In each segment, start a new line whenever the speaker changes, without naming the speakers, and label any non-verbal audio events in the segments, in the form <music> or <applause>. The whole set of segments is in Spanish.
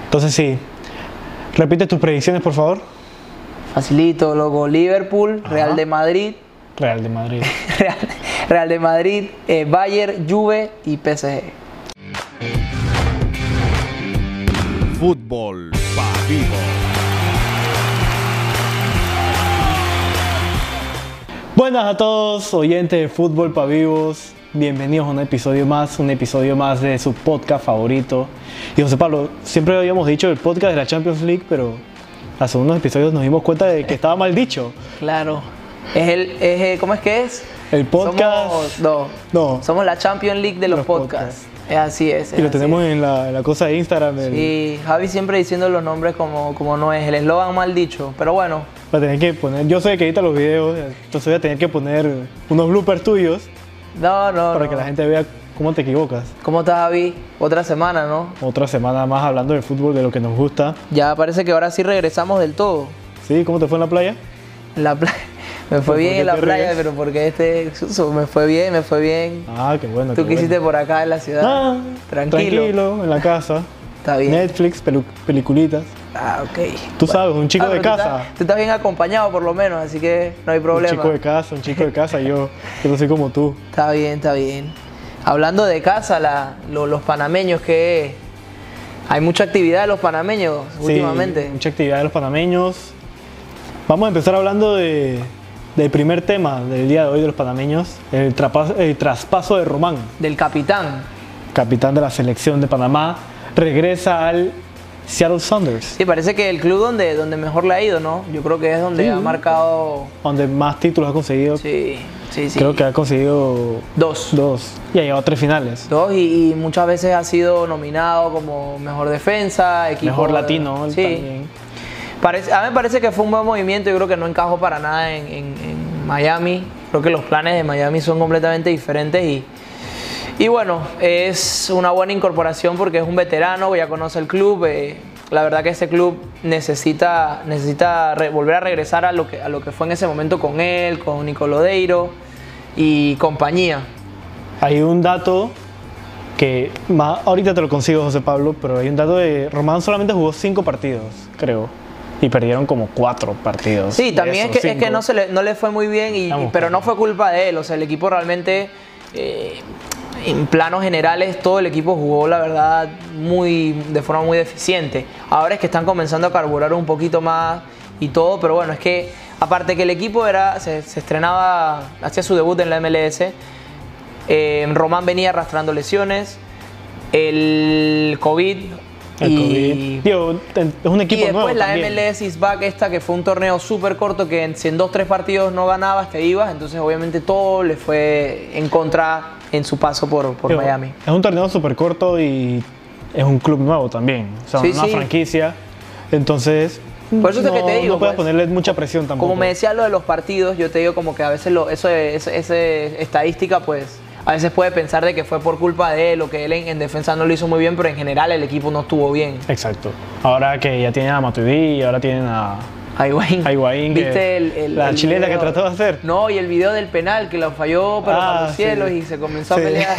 Entonces sí, repite tus predicciones por favor.
Facilito, loco. Liverpool, Real
Ajá.
de Madrid, <laughs>
Real de Madrid.
Real, Real de Madrid, eh, Bayern, Juve y PSG.
Fútbol para vivo.
<laughs> Buenas a todos, oyentes de Fútbol para Vivos. Bienvenidos a un episodio más, un episodio más de su podcast favorito. Y José Pablo, siempre habíamos dicho el podcast de la Champions League, pero hace unos episodios nos dimos cuenta de que estaba mal dicho.
Claro. Es el, es el- ¿Cómo es que es?
El podcast.
Somos, no,
No.
somos la Champions League de los,
Los
podcasts. Es así es. es
y lo
así
tenemos
es.
en la, en la cosa de Instagram. el-
Y Javi siempre diciendo los nombres como, como no es, el eslogan mal dicho. Pero bueno,
Va a tener que poner. Yo soy el que edita los videos, entonces voy a tener que poner unos bloopers tuyos
no, no.
para
no.
que la gente vea cómo te equivocas.
¿Cómo estás, Javi? Otra semana, ¿no?
Otra semana más hablando del fútbol, de lo que nos gusta.
Ya parece que ahora sí regresamos del todo.
¿Sí? ¿Cómo te fue en la playa?
La playa. <laughs> Me
¿Por
fue bien
qué
en la
te
playa,
ríes?
pero porque este suso, me fue bien, me fue bien.
Ah, qué bueno.
¿Tú
qué
qué hiciste
bueno.
por acá en la ciudad?
Ah, tranquilo. en la casa.
Está bien.
Netflix, pelu- peliculitas.
Ah, ok. Ah,
Tú sabes, un chico de
pero tú
casa.
estás- tú estás bien acompañado por lo menos, así que no hay problema.
Un chico de casa, un chico de casa. yo, yo no soy como tú.
Está bien, está bien. Hablando de casa, la- lo- los panameños que hay mucha actividad de los panameños
Sí,
últimamente.
Mucha actividad de los panameños. Vamos a empezar hablando de, del primer tema del día de hoy de los panameños: el, trapa- el traspaso de Román,
Del capitán.
capitán de la selección de Panamá, regresa al Seattle Sounders,
Sí, parece que el club donde, donde mejor le ha ido, ¿no? Yo creo que es donde
Sí.
ha marcado.
donde más títulos ha conseguido.
Sí, sí, sí.
Creo que ha conseguido
Dos.
dos y ha llegado a tres finales.
Dos, y, y muchas veces ha sido nominado como mejor defensa, equipo.
Mejor latino, él
Sí.
también.
Parece- a mí me parece que fue un buen movimiento. Yo creo que no encajó para nada en, en- en Miami. Creo que los planes de Miami son completamente diferentes y, y bueno, es una buena incorporación porque es un veterano, ya conoce el club. eh, la verdad que ese club necesita, necesita re- volver a regresar a lo, que, a lo que fue en ese momento con él, con Nicolodeiro y compañía.
Hay un dato que ma- ahorita te lo consigo, José Pablo, pero hay un dato de Román solamente jugó cinco partidos, creo, y perdieron como cuatro partidos.
Sí, también es que, es que no, se
le
le, no le fue muy bien, y,
Estamos
pero no fue culpa de él. O sea, el equipo realmente, eh, en planos generales, todo el equipo jugó, la verdad, muy, de forma muy deficiente. Ahora es que están comenzando a carburar un poquito más y todo, pero bueno, es que aparte que el equipo era se, se estrenaba, hacía su debut en la MLS, eh, Román venía arrastrando lesiones, el COVID.
El
y-
COVID. Digo, ten- es un
y
equipo nuevo.
después la E
también.
MLS is back esta, que fue un torneo súper corto, que en, si en dos, tres partidos no ganabas, te ibas. Entonces, obviamente, todo le fue en contra en su paso por, por
Digo,
Miami.
Es un torneo súper corto y es un club nuevo también. O sea,
Sí,
una
sí.
franquicia. Entonces,
Por eso es
no,
que te digo,
no puedes
pues,
ponerle mucha presión tampoco.
Como me decía lo de los partidos, yo te digo como que a veces lo, eso, es- ese- estadística, pues, a veces puede pensar de que fue por culpa de él o que él en, en defensa no lo hizo muy bien, pero en general el equipo no estuvo bien.
Exacto. Ahora que ya tienen a Matuidi y ahora tienen a...
A Higuaín.
A Higuaín, que-
¿Viste el, el-
la
el
chilena que trató de hacer?
No, y el video del penal que lo falló pero
Ah,
para los
sí.
cielos y se comenzó
Sí.
a pelear.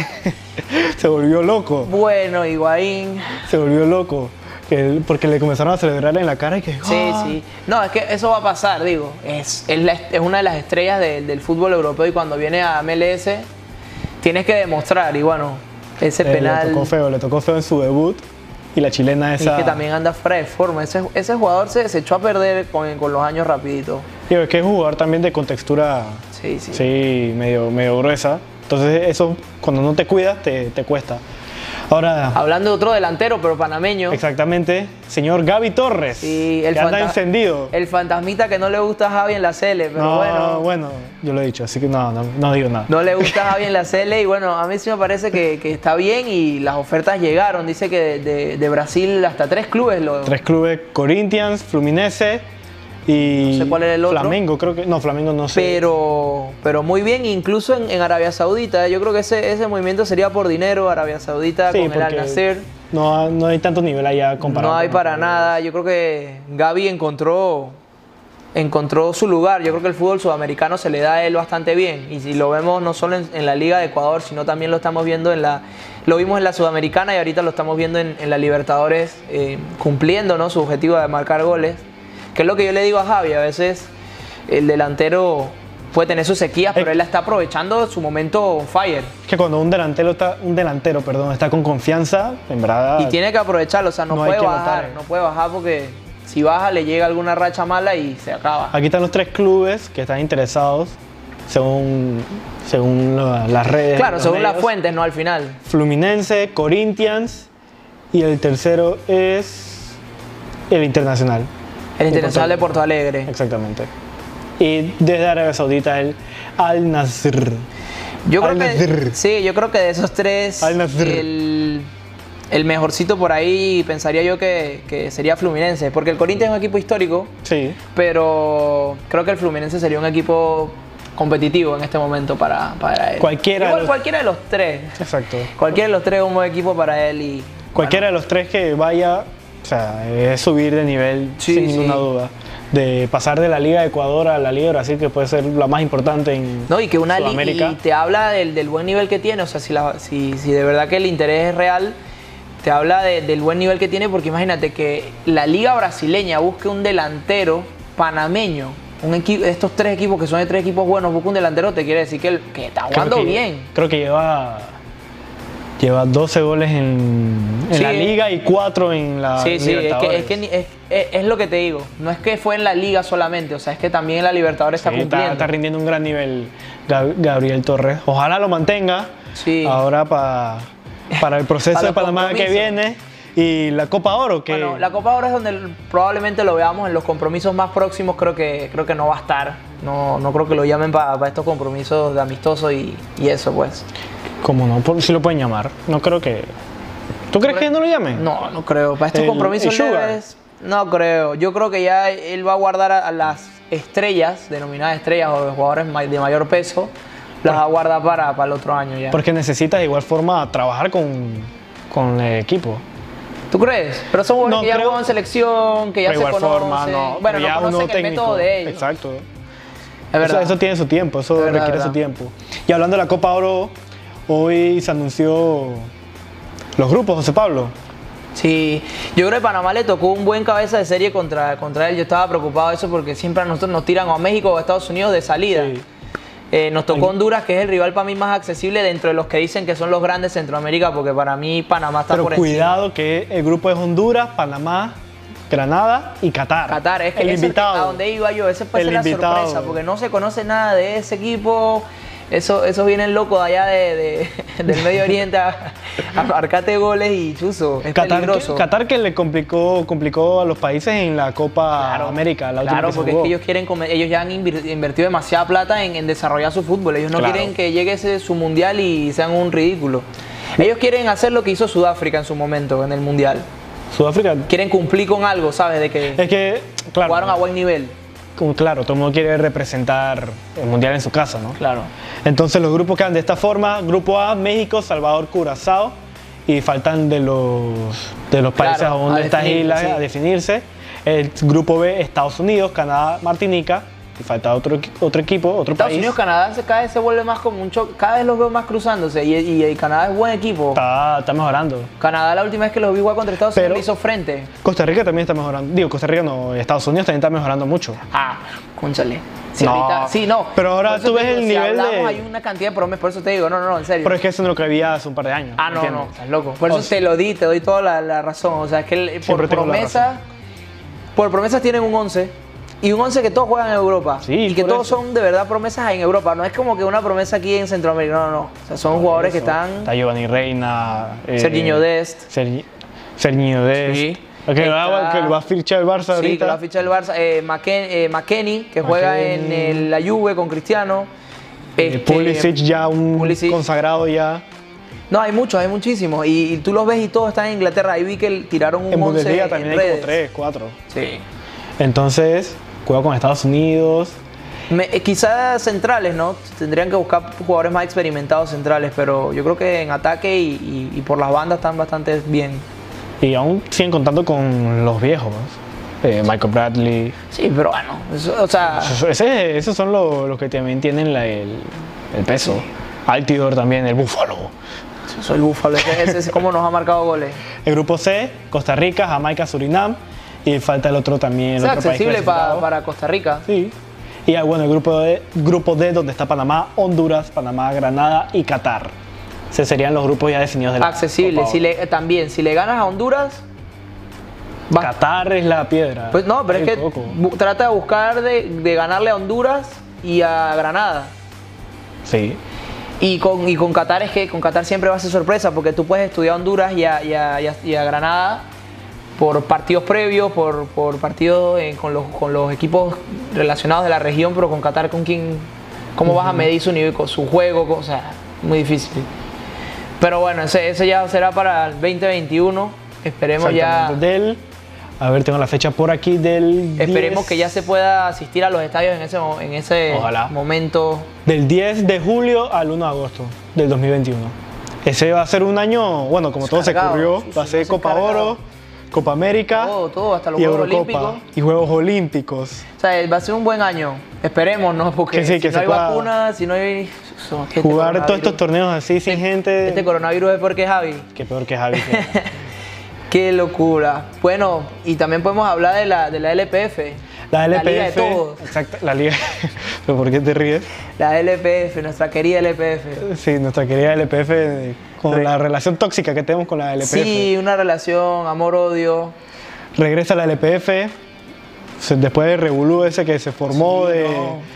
<laughs> se volvió loco.
Bueno, Higuaín.
se volvió loco. que- porque le comenzaron a celebrar en la cara y que.
Sí,
¡ah!
sí. No, es que eso va a pasar, digo. Es, es, la- es una de las estrellas de- del fútbol europeo y cuando viene a MLS tienes que demostrar. Y bueno,
Eh, Le
ese este penal.
tocó feo, le tocó feo en su debut. Y la chilena
Y es
esa.
que también anda fuera de forma. Ese, ese jugador se, se echó a perder con, con los años rapidito.
Digo, es que es un jugador también de contextura.
Sí, sí.
Sí, medio, medio gruesa. Entonces, eso, cuando no te cuidas, te, te cuesta. Ahora,
Hablando de otro delantero, pero panameño.
exactamente, señor Gaby Torres.
Sí, el
que anda
fanta-
encendido.
El fantasmita que no le gusta a Javi en la Cele, pero
no,
bueno.
bueno, yo lo he dicho, así que no, no, no digo nada.
No le gusta a Javi en la Cele y bueno, a mí sí me parece que, que está bien y las ofertas llegaron. Dice que de, de- de Brasil hasta tres clubes lo,
Tres clubes, Corinthians, Fluminense y
No sé cuál era el otro.
Flamengo, creo que no, Flamengo no sé.
Pero, pero muy bien, incluso en, en Arabia Saudita. Yo creo que ese, ese movimiento sería por dinero, Arabia Saudita
Sí,
con el Al
porque
Nasser.
No, ha- no hay tanto nivel allá comparado.
No hay
con-
para nada. Yo creo que Gaby encontró encontró su lugar. Yo creo que el fútbol sudamericano se le da a él bastante bien. Y si lo vemos no solo en, en la Liga de Ecuador, sino también lo estamos viendo en la. Lo vimos en la Sudamericana y ahorita lo estamos viendo en, en la Libertadores, eh, cumpliendo ¿no? su objetivo de marcar goles. Que es lo que yo le digo a Javi, a veces el delantero puede tener sus sequías, pero él la está aprovechando su momento fire.
Que cuando un delantero está, un delantero, perdón, está con confianza, en verdad.
Y tiene que aprovecharlo, o sea, no,
No hay
puede
que
bajar,
anotar, eh.
no puede bajar porque si baja le llega alguna racha mala y se acaba.
Aquí están los tres clubes que están interesados, según, según la- las redes.
Claro,
los
según las
medios.
fuentes, ¿no? Al final.
Fluminense, Corinthians y el tercero es el Internacional.
El Internacional
Porto
de Porto Alegre.
Exactamente. Y desde Arabia Saudita el Al Nasr.
Yo creo
Al
que,
Nasr.
sí, yo creo que de esos tres,
Al Nasr.
el, el mejorcito por ahí pensaría yo que, que sería Fluminense, porque el Corinthians es un equipo histórico,
Sí.
pero creo que el Fluminense sería un equipo competitivo en este momento para, para él.
Cualquiera de
Igual
los-
cualquiera de los tres.
Exacto.
Cualquiera de los tres es un buen equipo para él y
Cualquiera de los tres que vaya, o sea, es subir de nivel
Sí,
sin
sí.
ninguna duda. De pasar de la Liga de Ecuador a la Liga de Brasil, que puede ser la más importante en
No, y que una li-
Sudamérica.
y te habla del, del buen nivel que tiene, o sea, si, la- si, si de verdad que el interés es real, te habla de- del buen nivel que tiene, porque imagínate que la liga brasileña busque un delantero panameño, un equipo, estos tres equipos que son de tres equipos buenos, busca un delantero, te quiere decir que, el- que está
Creo
jugando
que-
bien.
Creo que lleva, lleva 12 goles en, en
Sí.
la Liga y 4 en la
Sí, sí,
Ah,
es que,
Libertadores.
es, que ni- es- es- es lo que te digo, no es que fue en la liga solamente, o sea, es que también en la Libertadores está
Sí, está,
cumpliendo.
está rindiendo un gran nivel Gab- Gabriel Torres. Ojalá lo mantenga
Sí.
ahora pa- para el proceso de
Para los
Panamá que
compromisos.
viene y la Copa Oro. Que,
Bueno, la Copa Oro es donde probablemente lo veamos en los compromisos más próximos. Creo que creo que no va a estar. No, no creo que lo llamen para estos compromisos de amistosos y, y eso, pues.
Como no, por- si lo pueden llamar. No creo que. ¿Tú crees que no lo llamen?
No, no creo. Para estos
El-
compromisos
el Sugar.
leves, no creo. Yo creo que ya él va a guardar a, a las estrellas, denominadas estrellas o los jugadores may- de mayor peso, las va a guardar para, para el otro año ya.
Porque necesitas de igual forma trabajar con, con el equipo.
¿Tú crees? Pero son jugadores
No,
que ya
creo-
juegan en selección, que ya
de
se
igual
conocen.
forma, no.
bueno,
ya
no
uno
conocen el
técnico.
método de ellos.
Exacto.
Es verdad.
Eso, eso tiene su tiempo, eso
Es verdad,
requiere
verdad.
su tiempo. Y hablando de la Copa Oro, hoy se anunció los grupos, José Pablo.
Sí, yo creo que Panamá le tocó un buen cabeza de serie contra, contra él. Yo estaba preocupado de eso porque siempre a nosotros nos tiran o a México o a Estados Unidos de salida.
Sí.
Eh, nos tocó Honduras, que es el rival para mí más accesible dentro de los que dicen que son los grandes Centroamérica, porque para mí Panamá está
Pero
por
cuidado que el grupo es Honduras, Panamá, Granada y Qatar.
encima. Qatar, es que
el
eso-
invitado.
a donde iba yo, esa puede
El
ser la
invitado.
sorpresa, porque no se conoce nada de ese equipo. Eso, esos vienen locos de allá de, de- <laughs> del Medio Oriente a, a marcarte goles y chuzo. Es
Qatar, que,
peligroso.
Qatar que le complicó, complicó a los países en la Copa América, la última
claro,
que se
porque es
jugó.
que ellos quieren comer- ellos ya han invir- invertido demasiada plata en, en desarrollar su fútbol. Ellos no
Claro.
quieren que llegue ese, su mundial y sean un ridículo. Ellos quieren hacer lo que hizo Sudáfrica en su momento en el mundial.
Sudáfrica.
Quieren cumplir con algo, ¿sabes? De que
Es que, claro,
jugaron a buen nivel.
como claro, todo el mundo quiere representar el mundial en su casa, ¿no?
Claro.
Entonces los grupos quedan de esta forma, grupo A, México, Salvador, Curazao y faltan de los, de los
Claro,
países a donde
a
estas
definir,
islas
sí.
a definirse. El grupo B, Estados Unidos, Canadá, Martinica y falta otro, equi- otro equipo, otro
Estados
país.
Unidos, Canadá se- cada vez se vuelve más como un choque, cada vez los veo más cruzándose y, y- y Canadá es buen equipo.
está, está mejorando.
Canadá la última vez que los vi jugar contra Estados
Pero-
Unidos le hizo frente.
Costa Rica también está mejorando. Digo, Costa Rica no, Estados Unidos también está mejorando mucho.
Ah, conchale. Sí,
No.
ahorita- sí, no.
Pero ahora
Por eso
tú
te
ves
digo,
el
si
nivel de-
hablamos, Hay una cantidad de promesas, por eso te digo, no, no, no, en serio.
Pero es que eso no lo que había hace un par de años.
Ah, no,
¿entiendes?
no, estás loco. Por eso
O sea,
te lo di, te doy toda la, la razón. O sea, es que el- por
Siempre tengo la
promesas, por promesas tienen un 11 y un 11 que todos juegan en Europa
Sí,
y que
por
todos
eso.
son de verdad promesas en Europa. No es como que una promesa aquí en Centroamérica, no, no, no. O sea, son jugadores que
eso.
están
Está Giovanni Reina. eh,
Serginho Dest.
Sergi- Serginho Dest.
Sí.
Ok,
Ahí
va-
está.
que lo va a fichar el Barça
Sí,
ahorita.
que lo ha fichado el Barça. Eh, McKen- eh, McKennie, que juega
McKennie.
en el- la Juve con Cristiano.
Eh,
Este,
Pulisic ya un
Pulisic.
consagrado ya.
No, hay muchos, hay muchísimos. Y, y tú los ves y todos están en Inglaterra. Ahí vi que el- tiraron un
En
11
Bundesliga también hay
redes.
como tres, cuatro.
Sí.
Entonces, cuidado con Estados Unidos.
Me- eh, quizás centrales, ¿no? Tendrían que buscar jugadores más experimentados centrales, pero yo creo que en ataque y, y- y por las bandas están bastante bien.
Y aún siguen contando con los viejos. eh, Michael Bradley.
Sí, pero bueno, eso- o sea,
Eso- ese- esos son lo- los que también tienen la- el, el peso. Altidor también, el Búfalo.
soy búfalo, ese, ese es como nos ha marcado
<laughs>
goles.
El grupo C, Costa Rica, Jamaica, Surinam. Y falta el otro también.
Es
El otro país
accesible pa-
clasificado.
para Costa Rica.
Sí. Y ah, bueno, el grupo D, grupo D, donde está Panamá, Honduras, Panamá, Granada y Qatar. Esos serían los grupos ya definidos de la
Accesible,
Copa
si
Oro.
le, eh, también, si le ganas a Honduras, vas-
Qatar es la piedra.
Pues no, pero es
El
que
coco.
bu- trata de buscar de, de ganarle a Honduras y a Granada.
Sí.
Y con, y con Qatar es que con Qatar siempre va a ser sorpresa porque tú puedes estudiar a Honduras y a, y a- y a- y a Granada por partidos previos, por, por partidos eh, con, los, con los equipos relacionados de la región, pero con Qatar con quién, cómo vas a medir su nivel, con su juego, con- o sea, muy difícil. Pero bueno, ese, ese ya será para el 2021. Esperemos ya...
Exactamente. Del, a ver, tengo la fecha por aquí del.
Esperemos
10
que ya se pueda asistir a los estadios en ese, mo- en ese
Ojalá.
momento.
Del 10 de julio al 1 de agosto del 2021. Ese va a ser un año, bueno, como todo se
Descargado.
corrió,
Sí, sí,
va a
va a
ser
ser
Copa
cargado.
Oro, Copa América
Todo, todo, hasta los
y
Juegos
Eurocopa
Olímpicos.
y Juegos Olímpicos.
O sea, va a ser un buen año. Esperemos, ¿no? Porque
Que sí, que se
si no hay
pueda
vacuna, si no hay. son- que este
Jugar todos estos
coronavirus-
torneos así sin gente.
Este coronavirus es porque Javi.
Qué peor que Javi.
<laughs>
que-
Qué locura. Bueno, y también podemos hablar de la, de la LPF.
La LPF.
liga de todos.
Exacto, la liga. <laughs> ¿Pero por qué te ríes?
La LPF, nuestra querida LPF.
Sí, nuestra querida LPF eh, con
Re-
la relación tóxica que tenemos con la LPF.
Sí, una relación, amor-odio.
Regresa la LPF se- después del revolú ese que se formó de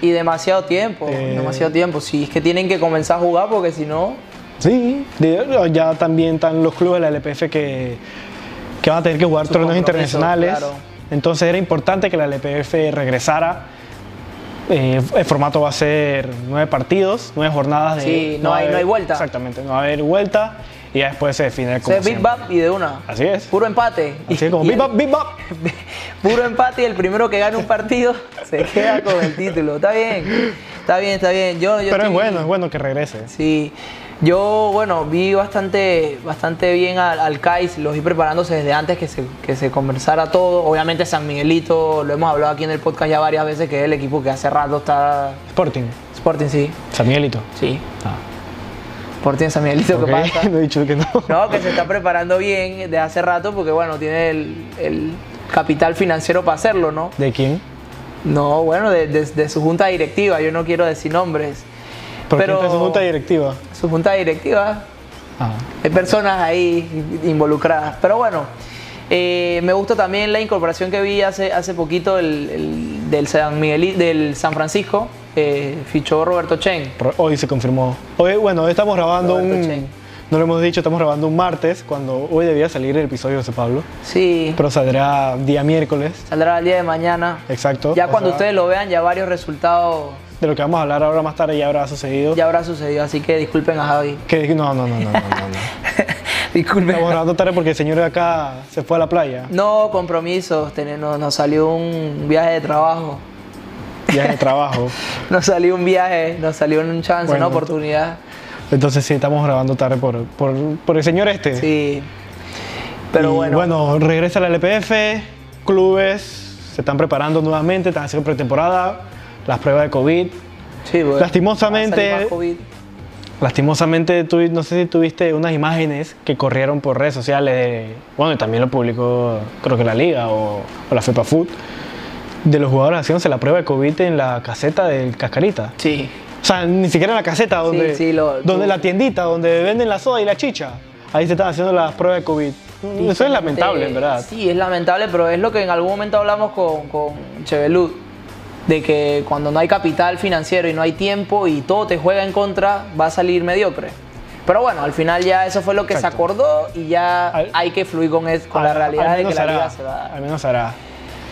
Y demasiado tiempo,
Eh.
demasiado tiempo. Sí, es que tienen que comenzar a jugar porque si no,
Sí, de- ya también están los clubes de la LPF que, que van a tener que jugar
Sus
torneos
compromisos,
internacionales.
claro.
Entonces era importante que la LPF regresara. Eh, el formato va a ser nueve partidos, nueve jornadas de.
Sí, no
va a
hay- no
haber-
hay vuelta.
Exactamente, no va a haber vuelta y ya después se define el
se es Big Bap y de una.
Así es.
<laughs> Puro empate.
Así es como
<laughs> Y-
bip, bap, bip, bap.
<laughs> Puro empate y el primero que gane un partido <laughs> se queda con el título. Está bien, está bien, está bien. Yo, yo
Pero es
estoy-
bueno, es bueno que regrese.
Sí, yo, bueno, vi bastante, bastante bien al, al CAIS, los vi preparándose desde antes que se, que se conversara todo. Obviamente San Miguelito, lo hemos hablado aquí en el podcast ya varias veces, que es el equipo que hace rato está...
Sporting,
Sporting, sí,
San Miguelito.
sí.
Ah,
Sporting San Miguelito,
ok,
¿qué
<laughs>
pasa?
no he dicho que no.
No, que se está preparando bien desde hace rato porque, bueno, tiene el, el capital financiero para hacerlo, ¿no?
¿De quién?
No, bueno, de, de- de su junta directiva, yo no quiero decir nombres.
¿Por
Pero-
qué está en su junta directiva?
Su junta directiva,
Ah.
hay personas ahí involucradas. Pero bueno, eh, me gusta también la incorporación que vi hace, hace poquito el- el- del, San Miguelí- del San Francisco, eh, fichó Roberto Chen.
Pro- Hoy se confirmó. Hoy, bueno, hoy estamos grabando
Roberto
un.
Chen.
No lo hemos dicho, estamos grabando un martes, cuando hoy debía salir el episodio de José Pablo.
Sí,
Pero saldrá día miércoles.
saldrá el día de mañana.
Exacto.
Ya
O
cuando
sea,
ustedes lo vean, ya varios resultados
De lo que vamos a hablar ahora más tarde ya habrá sucedido.
ya habrá sucedido, así que disculpen a Javi.
Que, no, no, no, no, no, no,
<laughs>
no.
disculpen.
Estamos grabando tarde porque el señor de acá se fue a la playa.
No, compromisos, tener- nos- nos salió un viaje de trabajo.
Ya de trabajo.
Nos salió un viaje, nos salió un chance,
Bueno,
una oportunidad.
Entonces sí, estamos grabando tarde por, por, por el señor este.
Sí. Pero
Y,
bueno,
Bueno, regresa la LPF, clubes se están preparando nuevamente, están haciendo pretemporada, las pruebas de COVID.
sí, bueno,
lastimosamente-
va a salir más COVID.
Lastimosamente, tú, no sé si tuviste unas imágenes que corrieron por redes sociales, de- bueno, y también lo publicó creo que la liga o, o la FEPA Food, de los jugadores haciéndose la prueba de COVID en la caseta del Cascarita.
Sí.
O sea, ni siquiera en la caseta donde,
sí, lo-
donde
tú-
la tiendita, donde venden la soda y la chicha. Ahí se están haciendo las pruebas de COVID. Eso es lamentable, en verdad.
Sí, es lamentable, pero es lo que en algún momento hablamos con, con Chevelú, de que cuando no hay capital financiero y no hay tiempo y todo te juega en contra, va a salir mediocre. Pero bueno, al final ya eso fue lo que se
Exacto.
acordó y ya
Al-
hay que fluir con, es- con
Al-
la
al
realidad de que
menos
la
hará,
liga se va a
Al menos hará.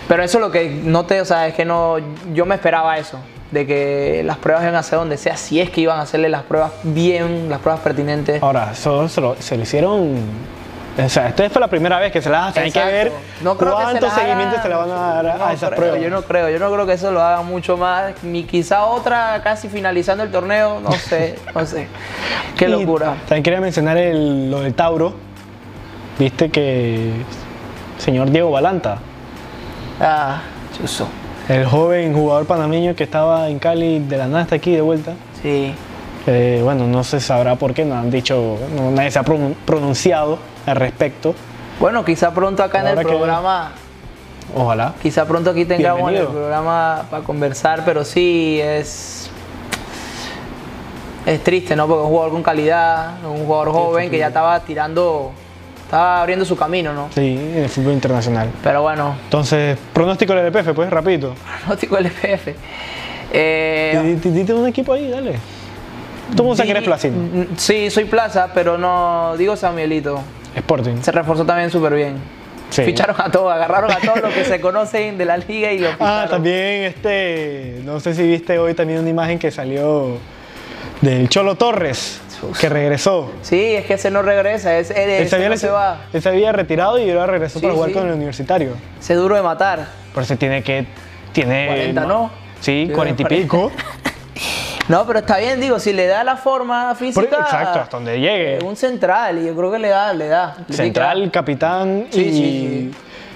Pero eso es lo que no te, o sea, es que no, yo me esperaba eso, de que las pruebas iban a hacer donde sea, si es que iban a hacerle las pruebas bien, las pruebas pertinentes.
Ahora, eso se lo, se lo hicieron. O sea, esta fue la primera vez que se las hacen. Hay
Exacto.
que ver
No creo que se
cuántos
las hagan-
seguimientos se le van a dar a-
No
a esas
creo,
pruebas.
Yo no creo, yo no creo que eso lo hagan mucho más, ni quizá otra casi finalizando el torneo, no sé,
<laughs>
no sé. Qué
Y
locura.
También quería mencionar el- lo del Tauro. Viste que. Señor Diego Balanta
Ah, chuzo.
El joven jugador panameño que estaba en Cali de la nada está aquí de vuelta.
Sí.
Eh, bueno, no se sabrá por qué, no han dicho, no, nadie se ha pronun- pronunciado al respecto.
Bueno, quizá pronto acá en
Ahora
el
que-
programa,
Ojalá.
quizá pronto aquí tengamos en el
Bienvenido.
programa para conversar, pero sí es. Es triste, ¿no? Porque es un jugador con calidad, un jugador joven que ya estaba tirando, estaba abriendo su camino, ¿no?
Sí, en el fútbol internacional.
Pero bueno, <laughs>
Entonces, pronóstico del LPF, pues, rapidito.
pronóstico del FF. Eh,
Di- di- Dite un equipo ahí, dale. Tú no que eres
di-
Placino.
mm, Sí, soy Plaza, pero no digo Samuelito.
Sporting.
Se reforzó también súper bien.
Sí.
Ficharon a todos, agarraron a todos los
<laughs>
que se conocen de la liga y los ficharon.
Ah, también este, no sé si viste hoy también una imagen que salió del Cholo Torres, que regresó.
Sí, es que ese no regresa, ese, ese
Él se había,
no se
lesi-
va.
él se había retirado y ahora regresó
Sí,
para jugar
sí.
con el universitario.
Ese es duro de matar.
Por eso tiene que. Tiene,
40, ¿no?
Sí,
Tiene
40 y
40. <laughs>
pico.
No, pero está bien, digo, si le da la forma física.
Por- exacto, hasta donde llegue.
eh, Un central, y yo creo que le da, le da. Le
Central,
pica.
capitán
Sí,
y,
sí,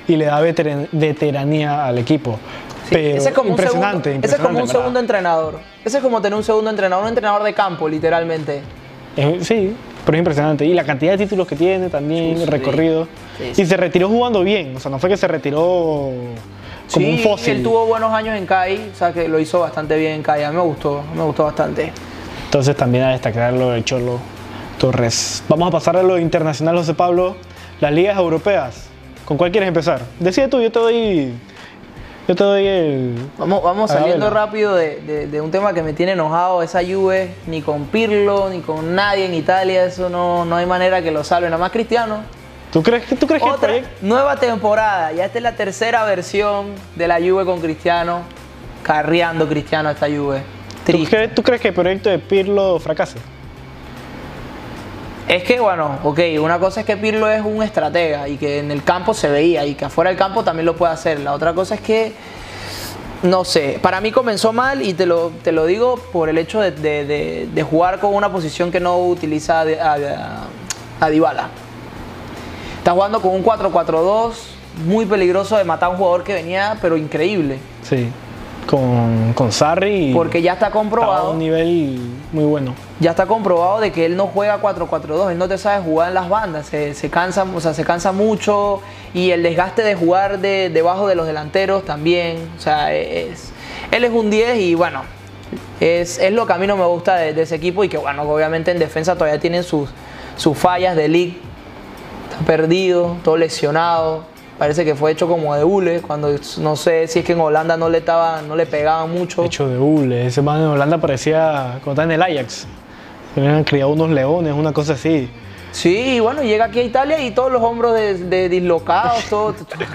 y le da veteran- veteranía al equipo.
Sí,
Pero
ese es como un
eh, impresionante,
segundo- Ese es como un
impresionante,
segundo entrenador. Ese es como tener un segundo entrenador, un entrenador de campo, literalmente.
¿verdad? Eh, sí, pero es impresionante. Y la cantidad de títulos que tiene también,
Sí, sí.
recorrido.
Sí, sí.
Y se retiró jugando bien. O sea, no fue que se retiró como
Sí,
un fósil.
Él tuvo buenos años en CAI, o sea que lo hizo bastante bien en CAI. A mí me gustó, me gustó bastante.
Entonces también a destacar lo de Cholo Torres. Vamos a pasar a lo internacional, José Pablo. Las ligas europeas. ¿Con cuál quieres empezar? Decide tú, yo te doy. Yo te doy el.
Vamos, vamos
A la
saliendo
vela.
rápido de, de- de un tema que me tiene enojado, esa Juve, ni con Pirlo, ni con nadie en Italia, eso no, no hay manera que lo salve, nada más Cristiano.
¿Tú crees que tú crees que el
Otra
proyecto-
nueva temporada, ya esta es la tercera versión de la Juve con Cristiano, carreando Cristiano a esta Juve.
¿tú,
Triste.
crees, tú crees que el proyecto de Pirlo fracase?
Es que bueno, ok, una cosa es que Pirlo es un estratega y que en el campo se veía y que afuera del campo también lo puede hacer. La otra cosa es que, no sé, para mí comenzó mal y te lo, te lo digo por el hecho de, de- de- de jugar con una posición que no utiliza de- a, a- a Dybala. Está jugando con un 4-4-2 muy peligroso de matar a un jugador que venía, pero increíble.
Sí. Con, con Sarri.
Porque ya está
estaba a
comprobado.
un nivel muy bueno.
ya está comprobado de que él no juega 4-4-2, él no te sabe jugar en las bandas, se, se cansa, o sea, se cansa mucho y el desgaste de jugar de- debajo de los delanteros también, o sea, es, él es un 10 y bueno, es, es lo que a mí no me gusta de, de ese equipo y que bueno, obviamente en defensa todavía tienen sus, sus fallas de league, está perdido, todo lesionado, parece que fue hecho como de hule, cuando no sé si es que en Holanda no le, estaba, no le pegaban mucho.
Hecho de hule. Ese man en Holanda parecía cuando estaba en el Ajax. Se habían criado unos leones, una cosa así.
Sí, y bueno, llega aquí a Italia y todos los hombros de, de dislocados,
<laughs>
todo,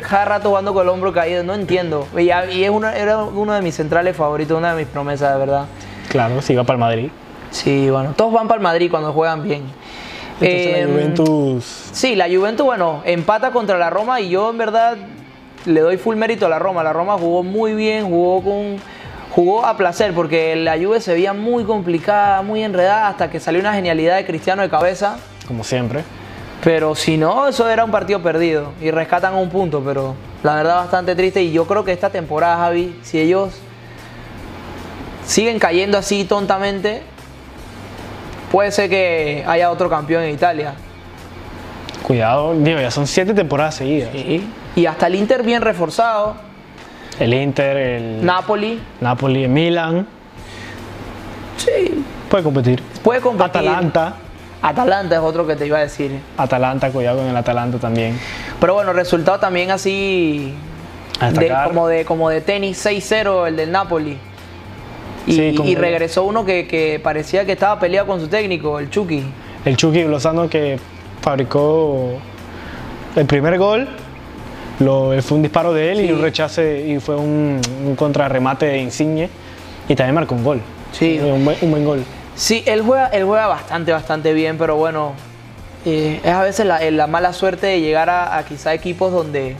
cada rato jugando con el hombro caído, no entiendo. Y, a- y es uno, era uno de mis centrales favoritos, una de mis promesas, de verdad.
Claro, si iba para el Madrid.
Sí, bueno, todos van para el Madrid cuando juegan bien.
Entonces
Em,
la Juventus.
Sí, la Juventus, bueno, empata contra la Roma y yo en verdad le doy full mérito a la Roma. La Roma jugó muy bien, jugó con jugó a placer porque la Juve se veía muy complicada, muy enredada hasta que salió una genialidad de Cristiano de cabeza.
como siempre.
Pero si no, eso era un partido perdido. Y rescatan un punto, pero la verdad bastante triste. Y yo creo que esta temporada, Javi, si ellos siguen cayendo así tontamente, puede ser que haya otro campeón en Italia.
Cuidado, digo, ya son siete temporadas seguidas.
Y hasta el Inter bien reforzado,
El Inter, el
Napoli,
Napoli, el Milan,
sí,
puede competir.
puede competir.
Atalanta,
Atalanta es otro que te iba a decir.
Atalanta, cuidado con el Atalanta también.
Pero bueno, resultado también así
A
de-
destacar.
como, de, como de tenis 6-0 el del Napoli. Y,
Sí, como-
y regresó uno que, que parecía que estaba peleado con su técnico, el Chucky.
El Chucky Lozano que fabricó el primer gol, lo, fue un disparo de él y
Sí.
un rechace y fue un, un contrarremate de Insigne y también marcó un gol.
Sí.
Eh, Un buen, un buen gol.
Sí, él juega, él juega bastante, bastante bien, pero bueno, eh, es a veces la, la mala suerte de llegar a, a quizá equipos donde,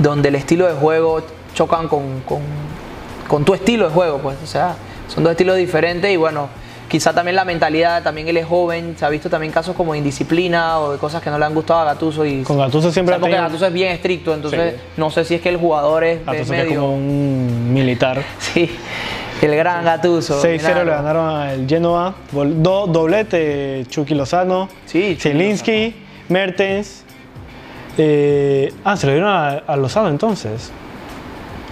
donde el estilo de juego chocan con, con- con tu estilo de juego, pues, o sea, son dos estilos diferentes y bueno, Quizá también la mentalidad, también él es joven, se ha visto también casos como de indisciplina o de cosas que no le han gustado a Gatuso. Y,
Con Gattuso siempre
O sea,
ha
porque
tenido-
Gattuso es bien estricto, entonces
Sí.
no sé si es que el jugador es, es
Gattuso que es
medio...
como un militar.
Sí, el gran Gatuso.
6-0 le ganaron al Genoa. Gol- do- doblete Chucky Lozano,
Sí, Chucky
Zielinski, Mertens. Eh, ah, se lo dieron a, a Lozano entonces.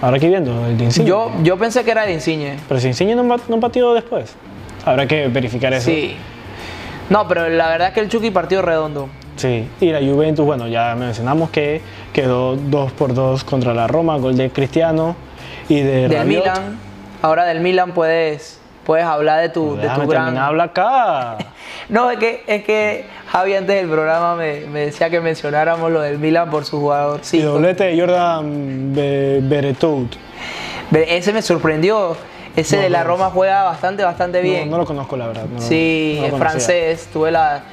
Ahora aquí viendo, el de Insigne.
Yo, yo pensé que era de Insigne.
Pero si Insigne no, bat- no partido después. Habrá que verificar eso.
Sí. No, pero la verdad es que el Chucky partió redondo.
Sí. Y la Juventus, bueno, ya mencionamos que quedó 2 por 2 contra la Roma, gol de Cristiano y de
Del
Rabiot.
Milan. Ahora del Milan puedes, puedes hablar de tu, de
Déjame
tu gran.
terminar, habla acá.
No, es que, es que Javi antes del programa me, me decía que mencionáramos lo del Milan por su jugador.
y
Sí,
doblete de Jordan Be- Beretout.
ese me sorprendió. Ese de la Roma juega bastante, bastante bien.
No, no lo conozco, la verdad. no-
sí,
Ah, no lo
es
conocía. Ah,
francés. Tuve la.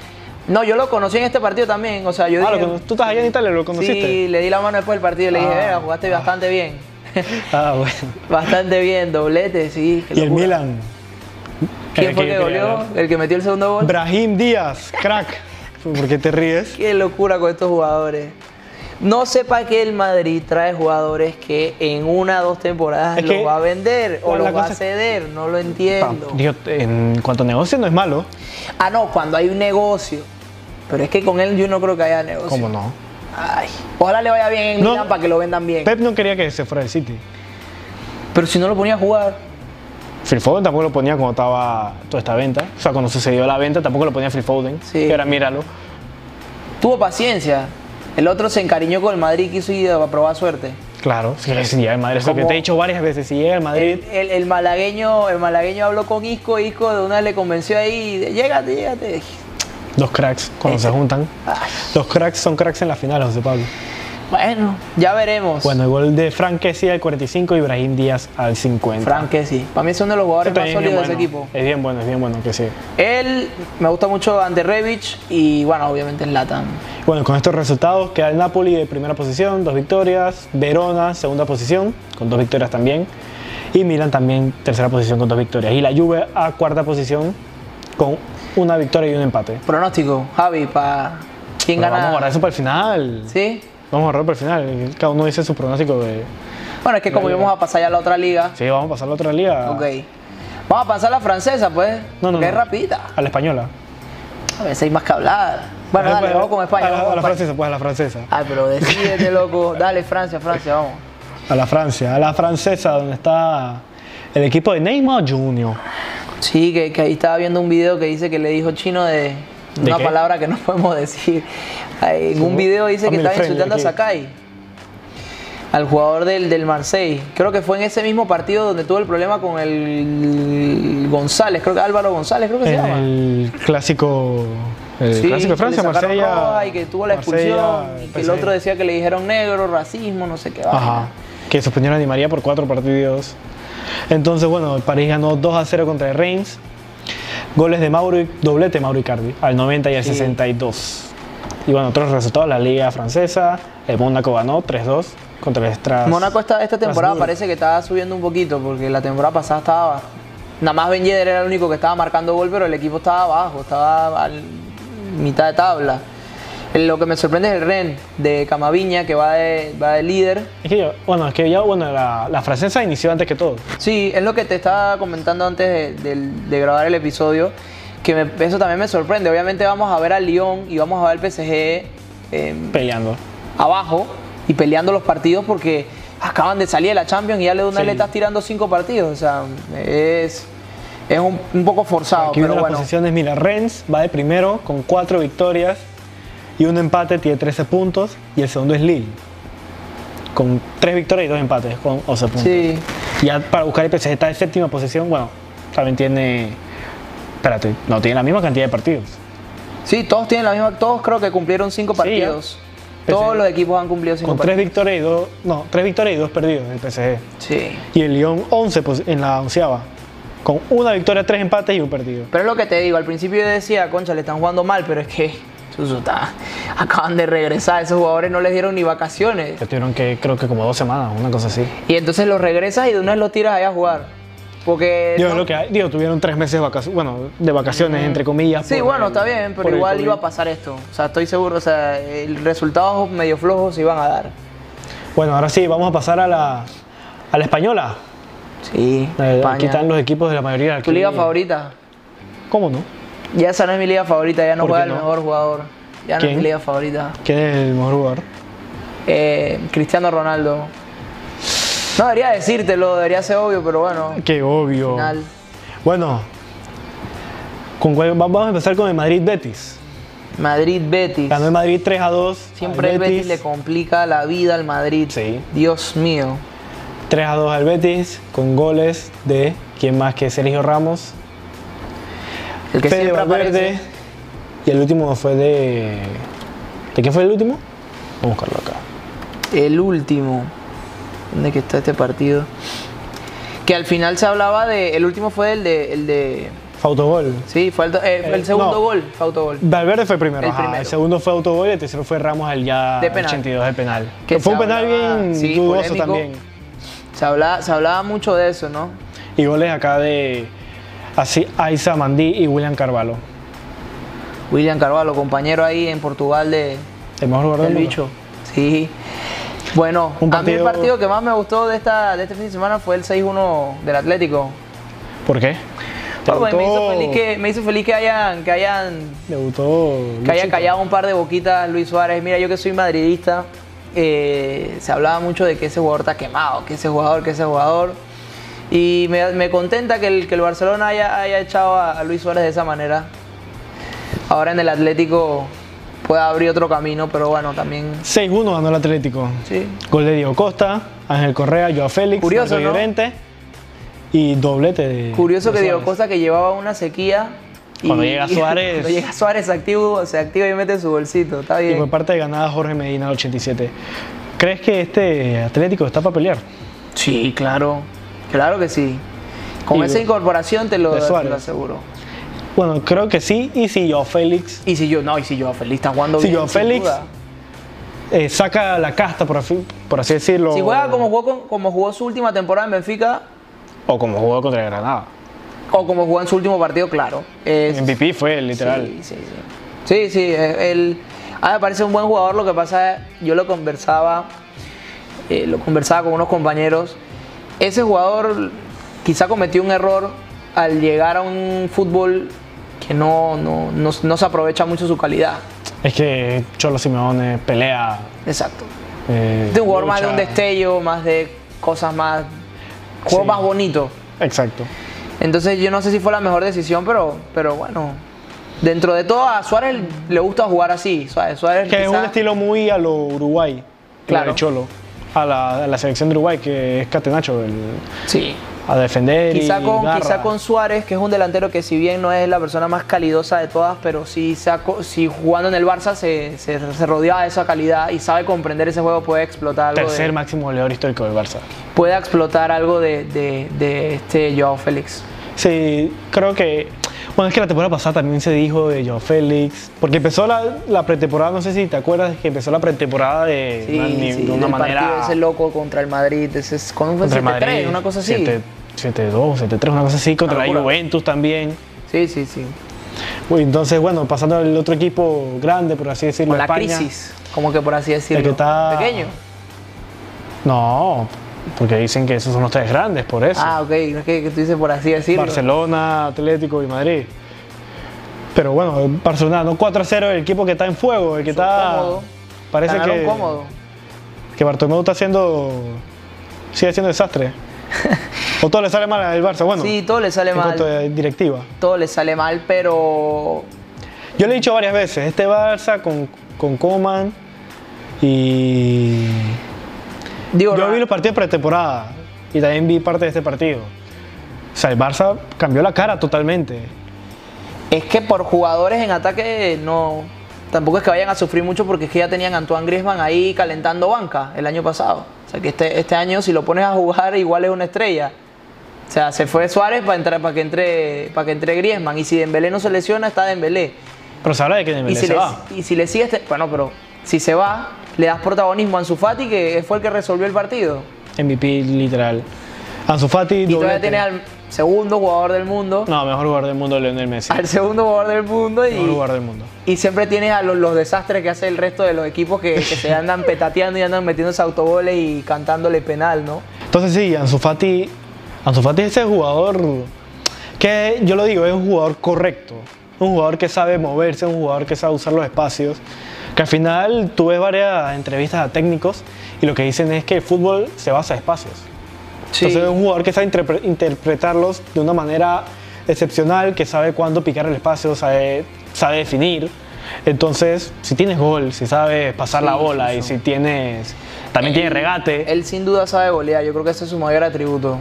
No, yo lo conocí en este partido también. O sea, yo
Ah, lo
dije-
cono- tú estás allá en Italia, lo conociste.
Sí, le di la mano después del partido y le dije,
Ah.
"Vera, jugaste bastante bien.
Ah, bueno.
bastante bien, doblete, sí. qué
Y el
locura.
Milan.
¿Quién
Era
fue
yo
que
quería
goleó?
hablar.
El que metió el segundo gol.
Brahim Díaz, crack. ¿Por qué te ríes?
Qué locura con estos jugadores. No sepa que el Madrid trae jugadores que en una o dos temporadas
Es
los
que-
va a vender o
Bueno, la
los va a
cosa es-
ceder, no lo entiendo.
Digo, en cuanto a negocio no es malo.
Ah, no, cuando hay un negocio. Pero es que con él yo no creo que haya negocio.
¿Cómo no?
Ay, ojalá le vaya bien en
No.
Milán para que lo vendan bien.
Pep no quería que se fuera del City.
Pero si no lo ponía a jugar,
Phil Foden tampoco lo ponía cuando estaba toda esta venta. O sea, cuando sucedió la venta tampoco lo ponía Phil Foden.
Sí.
Y ahora míralo.
tuvo paciencia. El otro se encariñó con el Madrid, quiso ir a probar suerte.
Claro, si si llega el Madrid. Es lo que
Como-
te he dicho varias veces. Si llega el Madrid,
El, el- el malagueño, el malagueño habló con Isco, Isco de una vez le convenció ahí, llégate, llégate.
dos cracks cuando
Ese-
se juntan.
Ay.
Los cracks son cracks en la final, José Pablo.
Bueno, ya veremos.
Bueno, el gol de Frank Kessie al 45 y Brahim Díaz al 50.
Frank sí. Para mí es uno de los jugadores
Este
más
también
sólidos de
es
ese
bien
equipo.
bueno. Es bien bueno, es bien bueno que sí.
Él, me gusta mucho Ante Revich y bueno, obviamente el Latan.
Bueno, con estos resultados queda el Napoli de primera posición, dos victorias, Verona segunda posición, con dos victorias también, y Milan también tercera posición con dos victorias, y la Juve a cuarta posición con una victoria y un empate.
Pronóstico, Javi, para quién
Pero Vamos a
gana.
guardar eso para el final.
¿Sí?
Vamos a guardar para el final. Cada uno dice su pronóstico de...
Bueno, es que como
La liga.
íbamos a pasar ya a la otra liga.
Sí, vamos a pasar a la otra liga.
Ok. Vamos a pasar a la francesa, pues.
No, no,
Que es
no.
rapidita.
A la española.
A veces hay más que hablar. Bueno,
A la-
dale, vamos con España.
A la,
vamos con
a la
España.
francesa, pues a la francesa.
Ay,
<laughs>
pero decídete, loco. Dale, Francia, Francia, vamos.
A la Francia, a la francesa, donde está el equipo de Neymar Jr.
Sí, que, que ahí estaba viendo un video que dice que le dijo chino de,
¿De
una
qué?
palabra que no <laughs> podemos decir. Ay, En un video dice que
Family
estaba
friendly
insultando a
aquí.
Sakai, al jugador del, del Marseille. Creo que fue en ese mismo partido donde tuvo el problema con el González, creo que Álvaro González, creo que se
En
llama.
el clásico, el
Sí,
clásico de
que le
Francia,
sacaron roja
Marsella.
Y que tuvo la
Marsella,
expulsión, y que el otro
PSG.
decía que le dijeron negro, racismo, no sé qué.
Ajá,
vaina.
que suspendieron a Di María por cuatro partidos. Entonces, bueno, el París ganó 2 a 0 contra el Reims. Goles de Mauro, y- doblete Mauro Icardi, al 90 y al
Sí.
62. Y bueno, otros resultados, la Liga Francesa, el Mónaco ganó 3-2 contra el Stras.
Mónaco esta, esta temporada
Strasbourg.
parece que estaba subiendo un poquito, porque la temporada pasada estaba. Nada más Ben Yedder era el único que estaba marcando gol, pero el equipo estaba abajo, estaba a mitad de tabla. Eh, Lo que me sorprende es el Ren de Camaviña, que va de, va de líder.
Es que yo- bueno, es que ya, bueno, la, la francesa inició antes que todo.
Sí, es lo que te estaba comentando antes de, del- de grabar el episodio, que me- eso también me sorprende. Obviamente vamos a ver al Lyon y vamos a ver al PSG em,
peleando.
abajo y peleando los partidos porque acaban de salir de la Champions y ya le, una
Sí.
le estás tirando cinco partidos. O sea, es, es un, un poco forzado,
Aquí
pero
vienen las
bueno.
posiciones. Mira, Rennes va de primero con cuatro victorias y un empate, tiene 13 puntos. Y el segundo es Lille, con tres victorias y dos empates, con 11 puntos.
Sí,
Ya para buscar el PSG está en séptima posición. Bueno, también tiene. Espérate, no tiene la misma cantidad de partidos.
sí, todos tienen la misma, todos creo que cumplieron cinco partidos.
Pues
Todos
¿eh? sí.
los equipos han cumplido cinco
Con tres
partidos.
victorias y dos. No, tres victorias y dos perdidos el PSG.
Sí.
Y el Lyon 11 pos- en la onceava, con una victoria, tres empates y un perdido.
Pero es lo que te digo, al principio yo decía, concha, le están jugando mal, pero es que Suso, está- acaban de regresar, esos jugadores no les dieron ni vacaciones.
Que tuvieron que, creo que como dos semanas, una cosa así.
Y entonces los regresas y de una vez los tiras ahí a jugar. Porque
Digo,
no-
es lo que hay. Digo, tuvieron tres meses de vacaciones, bueno, de vacaciones, entre comillas.
Sí,
por
bueno,
el-
está bien,
por
pero
el
igual
COVID.
iba a pasar esto. O sea, estoy seguro, o sea, el- resultados medio flojos se iban a dar.
Bueno, ahora sí, vamos a pasar a la, a la española. Eh,
Sí,
Aquí
España.
están los equipos de la mayoría.
¿Tu
aquí-
liga favorita?
¿Cómo no?
Ya esa no es mi liga favorita, ya no
¿Por qué
juega el
no?
mejor jugador. Ya no es
¿Quién?
mi liga favorita.
¿Quién es el mejor jugador?
Eh, Cristiano Ronaldo. No debería decírtelo, debería ser obvio, pero bueno.
Qué obvio.
Final.
Bueno, ¿con cuál- va- vamos a empezar con el Madrid Betis.
Madrid Betis.
Ganó el Madrid 3 a 2.
Siempre
al
el Betis le complica la vida al Madrid.
Sí.
Dios mío.
3 a 2 al Betis con goles de quién más que Sergio Ramos,
El que
Fede
siempre
Valverde
aparece.
y el último fue de ¿De quién fue el último? Vamos a buscarlo acá.
El último. ¿Dónde que está este partido? Que al final se hablaba de. El último fue el de. El de
Fue autogol.
sí, fue el, do- eh, fue el
Eh,
segundo
no.
gol. Fue autogol.
Valverde fue el primero.
El
ajá.
primero.
segundo fue autogol y el tercero fue Ramos al ya
De penal.
82 de penal.
Que
fue un
se
penal
hablaba-
bien
sí,
dudoso
polémico.
también.
Se hablaba, se hablaba mucho de eso, ¿no?
Y goles acá de así Aiza Mandí y William Carvalho.
William Carvalho, compañero ahí en Portugal de,
El mejor jugador
del
del mundo.
bicho. Sí. Bueno,
Un
a mí el
partido-
partido que más me gustó de, esta, de este fin de semana fue el 6-1 del Atlético.
¿Por qué?
Ah, pues, me, hizo feliz que, me hizo feliz que hayan, que hayan
debutó
que haya
Luchito.
callado un par de boquitas Luis Suárez. Mira, yo que soy madridista, eh, se hablaba mucho de que ese jugador está quemado, que ese jugador, que ese jugador. Y me, me contenta que el, que el Barcelona haya, haya echado a, a Luis Suárez de esa manera. Ahora en el Atlético puede abrir otro camino, pero bueno, también...
6-1 ganó el Atlético.
Sí.
Gol de Diego Costa, Ángel Correa, Joao Félix,
Curioso,
Marco
¿no?
Llorente y doblete de
Curioso
de
que Diego
Suárez.
Costa que llevaba una sequía...
Cuando llega Suárez.
<laughs> Cuando llega Suárez se activa, se activa y mete su bolsito, está
Y por
bien.
parte de ganada Jorge Medina al 87. ¿Crees que este Atlético está para pelear?
Sí, claro. Claro que sí. Con
Y
esa
de-
incorporación te lo,
de
te
Suárez.
lo aseguro.
Bueno, creo que sí. Y si Joao Félix
Y si yo, no, y si yo Félix está jugando
Si
bien.
Joao
sin
Félix-
duda.
eh, saca la casta, por, afi- por así decirlo.
Si juega como jugó, con- como jugó su última temporada en Benfica,
O como jugó contra Granada.
o como jugó en su último partido, claro. es-
MVP fue, literal.
Sí, sí, sí. Sí, sí, eh, él. A mí me parece un buen jugador. Lo que pasa es, yo lo conversaba, eh, lo conversaba con unos compañeros. Ese jugador quizá cometió un error al llegar a un fútbol que no, no, no- no se aprovecha mucho su calidad.
Es que Cholo Simeone pelea.
Exacto.
eh,
De un jugador más de un
lucha.
destello, más de cosas más. Juego
Sí.
más bonito.
Exacto.
Entonces yo no sé si fue la mejor decisión, pero, pero bueno. Dentro de todo, a Suárez le gusta jugar así. Suárez, Suárez
Que es un
quizá-
estilo muy a lo Uruguay, claro.
Claro.
de Cholo, a la, a la selección de Uruguay, que es Catenacho, el,
Sí.
a defender
Quizá
y
con,
garra.
quizá con Suárez, que es un delantero que si bien no es la persona más calidosa de todas, pero sí, saco, sí jugando en el Barça se, se, se rodeaba de esa calidad y sabe comprender ese juego, puede explotar algo.
Tercer
de,
máximo goleador histórico del Barça.
puede explotar algo de, de, de este Joao Félix.
Sí, creo que... Bueno, es que la temporada pasada también se dijo de Joao Félix, porque empezó la, la pretemporada, no sé si te acuerdas, que empezó la pretemporada de,
Sí,
una, ni-
sí,
de una
del partido
manera...
Ese loco contra el Madrid, ese es, ¿cómo fue?
contra el
7-3,
Madrid,
una cosa así.
7-2, 7-3, una cosa así, contra
Una
la
locura.
Juventus también.
Sí, sí, sí.
Uy, Entonces, bueno, pasando al otro equipo grande, por así decirlo,
Con la
España.
crisis, como que por así decirlo.
que está-
Pequeño.
No, porque dicen que esos son los tres grandes, por eso.
Ah, ok, no es que, que tú dices por así decirlo.
Barcelona, Atlético y Madrid. Pero bueno, Barcelona no 4 a 0, el equipo que está en fuego, el que
Son
está.
cómodos.
Parece
Ganaron
que,
cómodo.
que Bartomeu está haciendo. sigue haciendo
<laughs>
desastre. o todo le sale mal al Barça, bueno.
sí, todo le sale
en
mal.
cuanto a directiva.
Todo le sale mal, pero
Yo le he dicho varias veces, este Barça con, con Coman y.
digo,
Yo
no,
vi los partidos de pretemporada y también vi parte de este partido. O sea, el Barça cambió la cara totalmente.
es que por jugadores en ataque no tampoco es que vayan a sufrir mucho porque es que ya tenían a Antoine Griezmann ahí calentando banca el año pasado. O sea, que este, este año si lo pones a jugar igual es una estrella. O sea, se fue Suárez para entrar para que entre para que entre Griezmann y si Dembélé no se lesiona está Dembélé.
Pero se habla de que Dembélé
Y si,
se
le,
va.
y si le sigue este, bueno, pero si se va, le das protagonismo a Ansu Fati que fue el que resolvió el partido.
MVP literal. Ansu Fati,
Y todavía
doblete.
tiene al segundo jugador del mundo,
No, mejor jugador del mundo Leonel Messi.
al segundo jugador del mundo y,
Mejor jugador del mundo.
y siempre tienes a los, los desastres que hace el resto de los equipos que, que se andan petateando y andan metiendo esos autogoles y cantándole penal, ¿no?
Entonces sí, Ansu Fati, Ansu Fati es ese jugador que yo lo digo, es un jugador correcto, un jugador que sabe moverse, un jugador que sabe usar los espacios, que al final tú ves varias entrevistas a técnicos y lo que dicen es que el fútbol se basa en espacios. Entonces es un jugador que sabe interpre- interpretarlos de una manera excepcional, que sabe cuándo picar el espacio, sabe, sabe definir. Entonces, si tienes gol, si sabes pasar
Sí,
la bola
sí, Eh,
y
sí.
si tienes, también tienes regate.
Él sin duda sabe golear, yo creo que ese es su mayor atributo.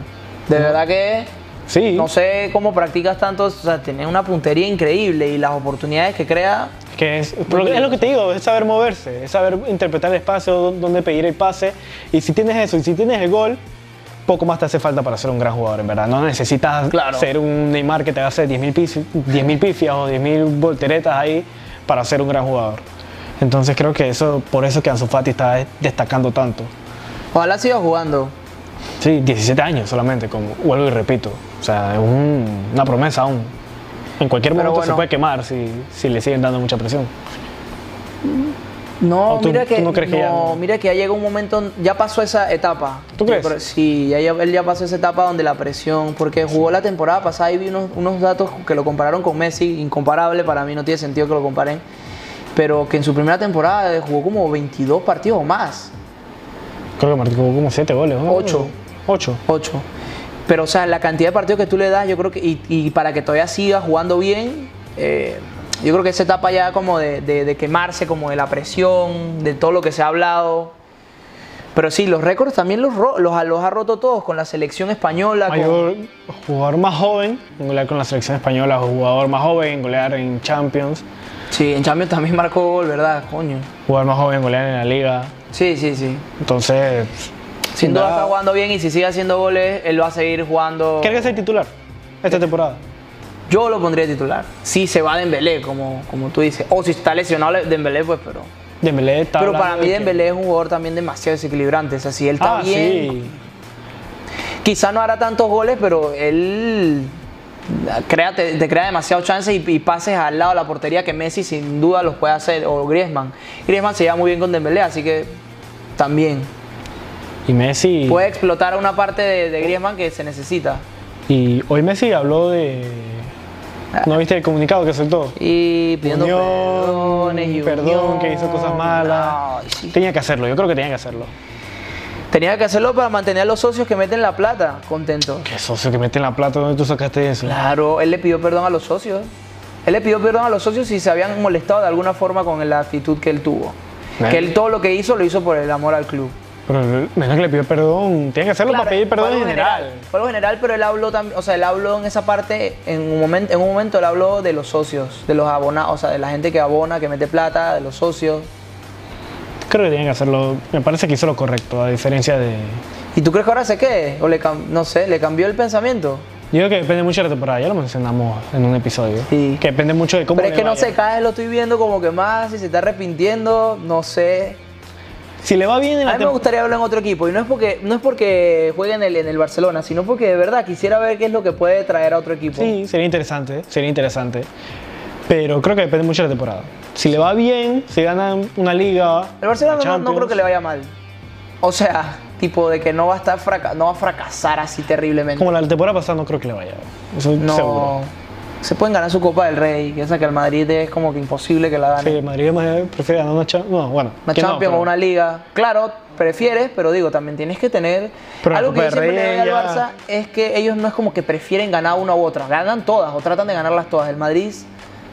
De verdad que
sí.
no sé cómo practicas tanto, o sea, tienes una puntería increíble y las oportunidades que crea.
Que es, pero es lo que te digo, es saber moverse, es saber interpretar el espacio, dó- dónde pedir el pase. Y si tienes eso, y si tienes el gol, poco más te hace falta para ser un gran jugador, en verdad. No necesitas
Claro.
ser un Neymar que te hace 10.000 pis- 10.000 pifias o 10.000 volteretas ahí para ser un gran jugador. Entonces creo que eso, por eso que Ansu Fati está eh, destacando tanto.
Ojalá siga jugando.
Sí, 17 años solamente, como vuelvo y repito. O sea, es un- una promesa aún. En cualquier
Pero
momento se
bueno.
puede quemar si, si le siguen dando mucha presión.
No,
¿O tú-
mira que
tú no crees que ya-
mira que ya llega un momento, ya pasó esa etapa.
¿Tú
Yo
crees?
creo- sí, ya, ya- él ya pasó esa etapa donde la presión, porque jugó la temporada pasada y vi unos, unos datos que lo compararon con Messi, incomparable para mí, no tiene sentido que lo comparen, pero que en su primera temporada jugó como 22 partidos o más,
Creo que marcó como 7 goles, ¿no?
Ocho.
8.
8. Pero o sea, la cantidad de partidos que tú le das, yo creo que, y, y para que todavía siga jugando bien, eh, yo creo que esa etapa ya como de, de- de quemarse, como de la presión, de todo lo que se ha hablado. Pero sí, los récords también los, ro- los, los ha roto todos con la selección española. con-
Mayor jugador más joven en golear con la selección española, jugador más joven en golear en Champions,
Sí, en Champions también marcó gol, ¿verdad? Coño.
jugador más joven en golear en la liga.
Sí, sí, sí.
Entonces,
Sin duda
Nada.
está jugando bien y si sigue haciendo goles, él va a seguir jugando.
¿quiere que sea el titular
Eh,
esta temporada?
Yo lo pondría titular. Si se va Dembélé, como, como tú dices. O si está lesionado Dembélé, pues, pero...
Dembélé está
Pero
hablando
para mí
de que-
Dembélé es un jugador también demasiado desequilibrante. O sea, si él está
Ah,
bien,
sí.
quizá no hará tantos goles, pero él crea, te, te crea demasiados chances y, y pases al lado de la portería que Messi sin duda los puede hacer, o Griezmann. Griezmann se lleva muy bien con Dembélé, así que también.
Y Messi
Puede explotar una parte de, de Griezmann que se necesita.
y hoy Messi habló de ¿No viste el comunicado que soltó?
Y pidiendo
Unión,
perdones y
perdón,
unión.
que hizo cosas malas.
Ay, sí.
Tenía que hacerlo, yo creo que tenía que hacerlo.
Tenía que hacerlo para mantener a los socios que meten la plata contentos.
Qué socio que mete en la plata, ¿dónde tú sacaste eso?
Claro, él le pidió perdón a los socios. Él le pidió perdón a los socios si se habían molestado de alguna forma con la actitud que él tuvo.
Bueno.
Que él todo lo que hizo lo hizo por el amor al club.
Pero menos que le pidió perdón, tiene que hacerlo para pedir perdón en general.
Por lo general, pero él habló también, o sea, él habló en esa parte, en un, momento, en un momento él habló de los socios, de los abonados, o sea, de la gente que abona, que mete plata, de los socios.
Creo que tienen que hacerlo. Me parece que hizo lo correcto, a diferencia de.
¿Y tú crees que ahora se quede? O le, cam- no sé, le cambió el pensamiento.
Yo creo que depende mucho de la temporada, ya lo mencionamos en un episodio.
Sí.
Que depende mucho de cómo.
Pero es
le
que no
vaya.
sé, cada vez lo estoy viendo como que más, si se está arrepintiendo, no sé.
Si le va bien en la
A mí me
temporada.
gustaría hablar en otro equipo y no es porque no es porque juegue en el, en el Barcelona, sino porque de verdad quisiera ver qué es lo que puede traer a otro equipo.
Sí, sería interesante, sería interesante. Pero creo que depende mucho de la temporada. Si le va bien, si ganan una liga.
El Barcelona
una
no- no,
Champions,
creo que le vaya mal. O sea, tipo de que no va a estar fraca- no va a fracasar así terriblemente.
Como la temporada pasada, no creo que le vaya. Eso
no
seguro.
se pueden ganar su Copa del Rey, que esa que el Madrid es como que imposible que la gane.
Sí, Madrid además prefiere ganar una Champions. No, bueno.
Una
que no,
Champions
pero-
o una liga. Claro, prefieres, pero digo, también tienes que tener.
Pero la
Algo que
Copa
yo
del
siempre le
Rey
doy al
ya-
Barça es que ellos no es como que prefieren ganar una u otra. Ganan todas o tratan de ganarlas todas. El Madrid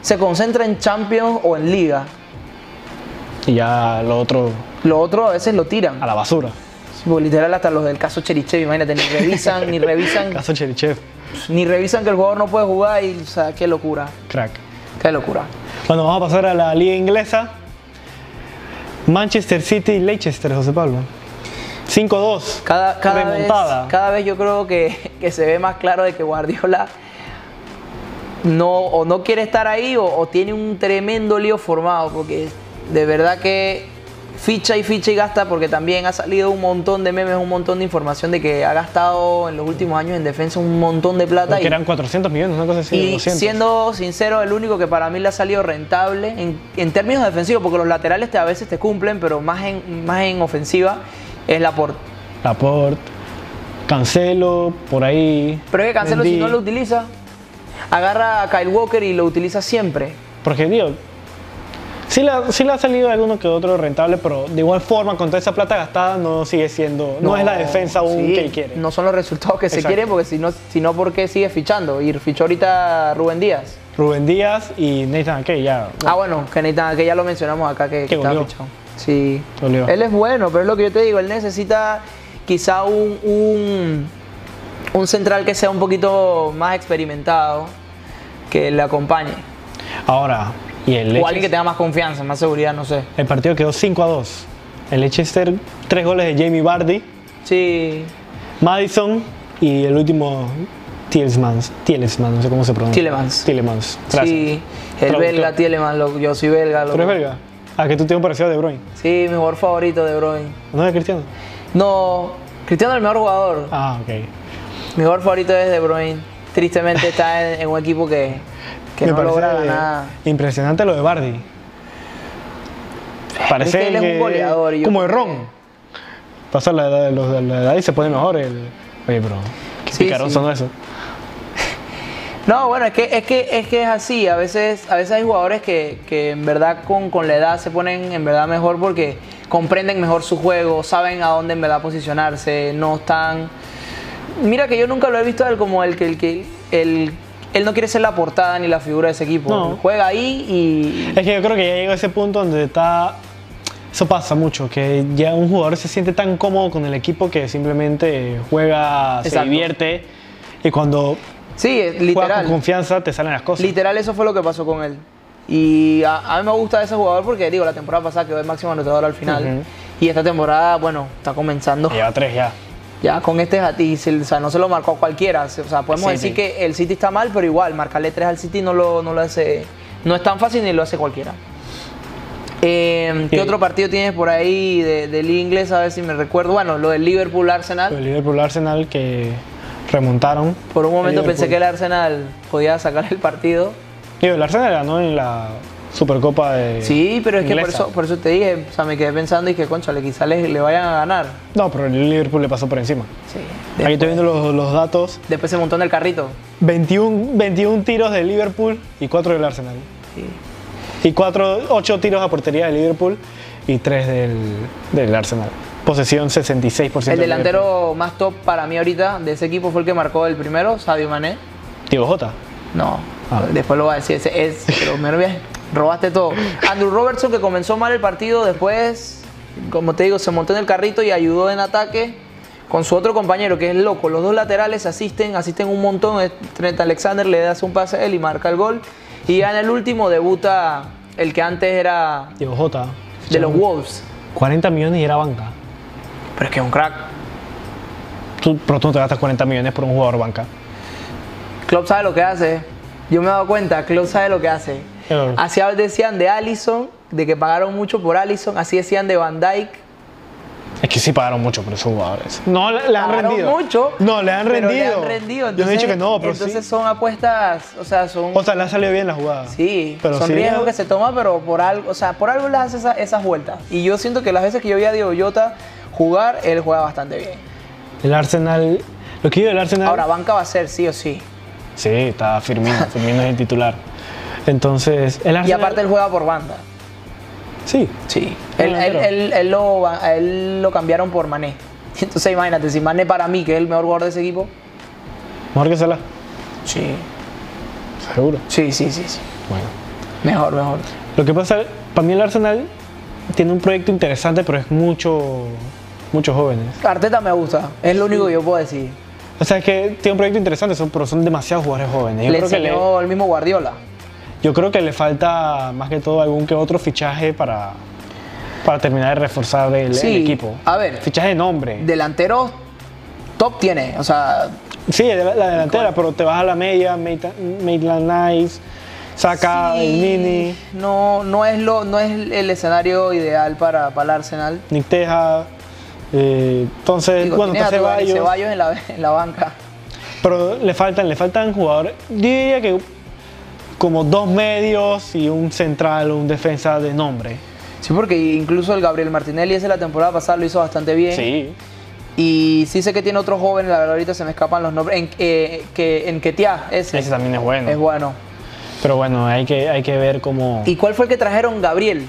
se concentra en Champions o en liga.
Y ya lo otro
Lo otro a veces lo tiran.
a la basura.
Sí, porque literal, hasta los del caso Cherichev, imagínate, ni revisan, ni
<laughs>
revisan,
Caso Cherichev,
ni revisan que el jugador no puede jugar y, o sea, qué locura.
crack.
Qué locura.
Bueno, vamos a pasar a la liga inglesa. Manchester City y Leicester, José Pablo. 5-2.
Cada, cada, vez,
Remontada.
cada vez yo creo que, que se ve más claro de que Guardiola no, o no quiere estar ahí o, o tiene un tremendo lío formado, porque de verdad que ficha y ficha y gasta, porque también ha salido un montón de memes, un montón de información de que ha gastado en los últimos años en defensa un montón de plata.
Que
Y,
eran 400 millones, una cosa así.
y
200.
siendo sincero, el único que para mí le ha salido rentable en, en términos defensivos, porque los laterales te- a veces te cumplen, pero más en, más en ofensiva, es la por.
Laporte, Cancelo, por ahí.
Pero es que Cancelo, si
Mendy.
no lo utiliza, agarra a Kyle Walker y lo utiliza siempre.
Porque, digo, sí le, ha- sí le ha salido alguno que otro rentable, pero de igual forma, con toda esa plata gastada, no sigue siendo. No, es la defensa aún
sí,
que él quiere.
No son los resultados que se
Exacto.
quieren, porque si no, si no, ¿por qué sigue fichando? Y fichó ahorita Rubén Díaz.
Rubén Díaz y Nathan Ake, ya.
Ah, bueno, que, necesita- que ya lo mencionamos acá, que, que
Que
estaba
volvió.
fichado. Sí.
Volvió.
Él es bueno, pero es lo que yo te digo, él necesita quizá un, un, un central que sea un poquito más experimentado, que le acompañe.
Ahora, y el
O alguien que
Leicester.
tenga más confianza, más seguridad, no sé.
El partido quedó 5 a 2. El Leicester, tres goles de Jamie Bardi,
Sí.
Madison y el último Tielemans. Tielemans, no sé cómo se pronuncia.
Tielemans.
Tielemans. Gracias.
Sí. El
Traductor.
belga Tieleman, lo- yo soy belga.
¿Tú
lo-
eres belga? ¿A que tú tienes un parecido a De Bruyne?
Sí, mi jugador favorito de Bruyne.
¿No es Cristiano?
No, Cristiano es el mejor jugador.
Ah, ok.
Mi jugador favorito es De Bruyne. Tristemente está en, en un equipo que, que
Me
no
parece
logra ganar.
impresionante lo de Bardi. Parece
él es un goleador, yo
como el
creo
ron. Pasa la edad, los de la edad y se pone mejor el. Oye, bro. Qué
Sí,
picarón
sí.
son eso.
No, bueno, es que es, que, es, que es así. A veces, a veces hay jugadores que, que en verdad con, con la edad se ponen en verdad mejor porque comprenden mejor su juego, saben a dónde en verdad posicionarse, no están... Mira que yo nunca lo he visto a él como el que... El, que el, él no quiere ser la portada ni la figura de ese equipo.
No.
Él Juega ahí y...
Es que yo creo que ya llegó a ese punto donde está. Eso pasa mucho, que ya un jugador se siente tan cómodo con el equipo que simplemente juega, se
Exacto.
divierte. Y cuando
Sí, es
juega
literal.
con confianza te salen las cosas.
Literal, eso fue lo que pasó con él. Y a, a mí me gusta ese jugador porque, digo, la temporada pasada quedó el máximo anotador al final.
Ujú.
Y esta temporada, bueno, está comenzando.
Lleva tres ya.
Ya con este Hattie, o sea, no se lo marcó a cualquiera. O sea, podemos
Sí,
decir
sí.
que el City está mal, pero igual, marcarle tres al City no lo, no lo hace. No es tan fácil ni lo hace cualquiera. Eh, ¿Qué
Sí.
otro partido tienes por ahí de, de Liga Inglesa? A ver si me recuerdo. Bueno, lo del Liverpool Arsenal.
El Liverpool Arsenal que remontaron.
Por un momento
El
pensé que
Liverpool.
el Arsenal podía sacar el partido.
Digo, el Arsenal ganó en la Supercopa de.
Sí, pero es que por
inglesa.
eso, por eso te dije, o sea, me quedé pensando y que, conchale, quizás le, le vayan a ganar.
No, pero el Liverpool le pasó por encima.
Sí.
Aquí estoy viendo los, los datos:
Después se montó en el carrito.
21, 21 tiros del Liverpool y 4 del Arsenal.
Sí.
Y 4, 8 tiros a portería del Liverpool y 3 del, del Arsenal. Posesión 66%.
El
del Liverpool.
delantero más top para mí ahorita de ese equipo fue el que marcó el primero, Sadio Mané.
Diego Jota.
No,
Ah.
después lo voy a decir, ese es, pero me olvidé, robaste todo. Andrew Robertson que comenzó mal el partido, después, como te digo, se montó en el carrito y ayudó en ataque con su otro compañero que es loco. Los dos laterales asisten, asisten un montón. Trent Alexander le hace un pase a él y marca el gol. Y ya en el último debuta el que antes era
Diego Jota.
de los Wolves.
40 millones y era banca.
Pero es que es un crack.
Tú, pero tú no te gastas 40 millones por un jugador banca.
Klopp sabe lo que hace. Yo me he dado cuenta, Klopp sabe lo que hace.
Claro.
Así decían de Allison, de que pagaron mucho por Allison, así decían de Van Dyke.
Es que sí pagaron mucho por esos jugadores. No, le, le han
Pagaron
rendido.
mucho.
No, le han
pero
rendido.
le han rendido.
Yo no he
Entonces-
dicho que no, pero
Entonces
sí.
son apuestas, o sea, son.
O sea, le ha salido bien la jugada.
sí,
pero
son
sí.
riesgos que se toman, pero por algo, o sea, por algo las hace esa- esas vueltas. Y yo siento que las veces que yo vi a Diego Llota jugar, él juega bastante bien.
El Arsenal. Lo que yo del Arsenal.
Ahora, banca va a ser, sí o sí.
Sí, está Firmino. Firmino es el titular. Entonces, el Arsenal.
Y aparte, él juega por banda.
Sí.
Sí.
Un
Él, él-
delantero.
él- él lo, a él lo cambiaron por Mané. <laughs> Entonces imagínate, si Mané para mí, que es el mejor jugador de ese equipo.
Mejor que Salah.
Sí.
Seguro.
Sí, sí, sí, sí.
Bueno.
Mejor, mejor.
Lo que pasa, para mí el Arsenal tiene un proyecto interesante, pero es mucho. Muchos jóvenes.
Arteta me gusta. Es lo único que yo puedo decir.
O sea, es que tiene un proyecto interesante, son, pero son demasiados jugadores jóvenes. Yo
le
creo que le,
enseñó el mismo Guardiola.
yo creo que le falta más que todo algún que otro fichaje para, para terminar de reforzar el, el
Sí,
equipo.
a ver.
Fichaje de nombre.
Delanteros top tiene. O sea,
Sí, de la, la delantera, pero te vas a la media, Maita- Maitland Nice, Saca
Sí,
el mini,
No, no es lo, no es el escenario ideal para, para el Arsenal.
Nick Teja. eh, entonces,
Digo,
bueno,
tienes
está
a Tobar y
Ceballos.
Ceballos en la, en la banca.
Pero le faltan, le faltan jugadores. Yo diría que como dos medios y un central o un defensa de nombre.
Sí, porque incluso el Gabriel Martinelli ese la temporada pasada lo hizo bastante bien.
Sí.
Y sí sé que tiene otro joven, la verdad ahorita se me escapan los nombres. En, eh, que, en Ketia, ese.
Ese también es bueno.
Es bueno.
Pero bueno, hay que, hay que ver cómo.
¿Y cuál fue el que trajeron? Gabriel.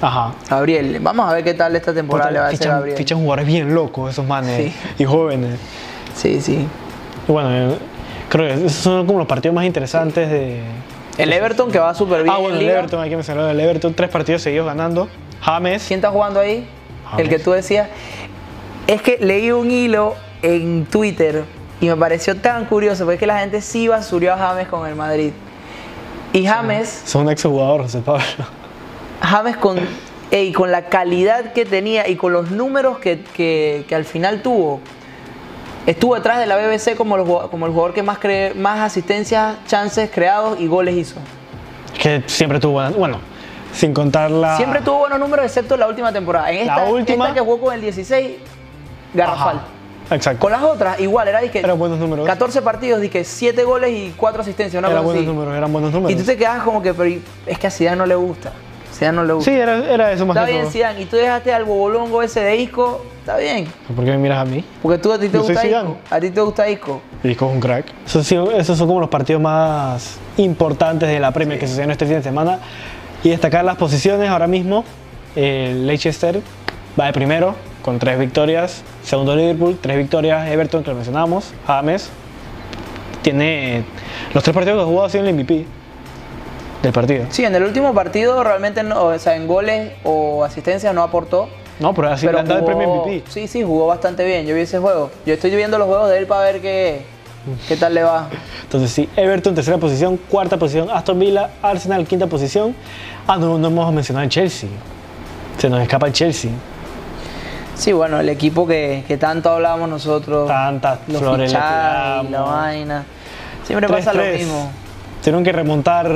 Ajá.
Gabriel. Vamos a ver qué tal esta temporada le va a hacer
Fichan,
Gabriel.
fichan jugadores bien locos esos manes
Sí.
y jóvenes.
Sí, sí.
Y bueno, eh, creo que esos son como los partidos más interesantes de.
El Everton que va súper bien.
Ah, bueno,
en
el
Liga.
Everton, hay que mencionarlo del Everton. Tres partidos seguidos ganando. James.
¿Quién está jugando ahí?
James.
El que tú decías. Es que leí un hilo en Twitter y me pareció tan curioso porque es que la gente sí basurió a James con el Madrid. Y James,
Es un exjugador, José Pablo. <laughs>
James con, ey, con la calidad que tenía y con los números que, que- que al final tuvo, estuvo detrás de la BBC como, los jugado- como el jugador que más, cre- más asistencias, chances creados y goles hizo.
Que siempre tuvo. buenas- Bueno, sin contar la.
Siempre tuvo buenos números excepto la última temporada. En
Ah. La
esta,
última-
esta que jugó con el 16,
Ajá.
garrafal.
Exacto.
Con las otras, igual, era disque
Eran buenos números.
14 partidos, dije 7 goles y 4 asistencias, una
eran
cosa
buenos
así.
números, eran buenos números.
Y tú te quedas como que, pero y- es que a Zidane no le gusta. Zidane no le
Sí,
gusta.
era, era eso más
está
que
bien,
todo.
Zidane, y tú dejaste al bobolongo ese de Isco, está bien.
¿Por qué me miras a mí?
Porque tú a ti te
Yo soy
gusta
Zidane.
Isco. A ti te gusta Isco.
Disco es un crack. Esos, sí- esos son como los partidos más importantes de la Premier que sucedieron este fin de semana. Y destacar las posiciones ahora mismo. El Leicester va de primero con tres victorias. Segundo Liverpool, tres victorias. Everton, que lo mencionamos. James tiene los tres partidos que ha jugado ha sido el MVP del partido.
Sí, en el último partido realmente, no, o sea, en goles o asistencias no aportó.
No, pero así le han dado el premio MVP.
Sí, sí, jugó bastante bien. Yo vi ese juego. Yo estoy viendo los juegos de él para ver qué, qué tal le va.
Entonces sí, Everton tercera posición, cuarta posición Aston Villa, Arsenal quinta posición. Ah, no, no hemos mencionado el Chelsea. Se nos escapa el Chelsea.
Sí, bueno, el equipo que, que tanto hablábamos nosotros.
Tantas
los
flores le
fichajes, la
tiramos.
vaina. Siempre pasa lo
3-3.
mismo.
Tuvieron que remontar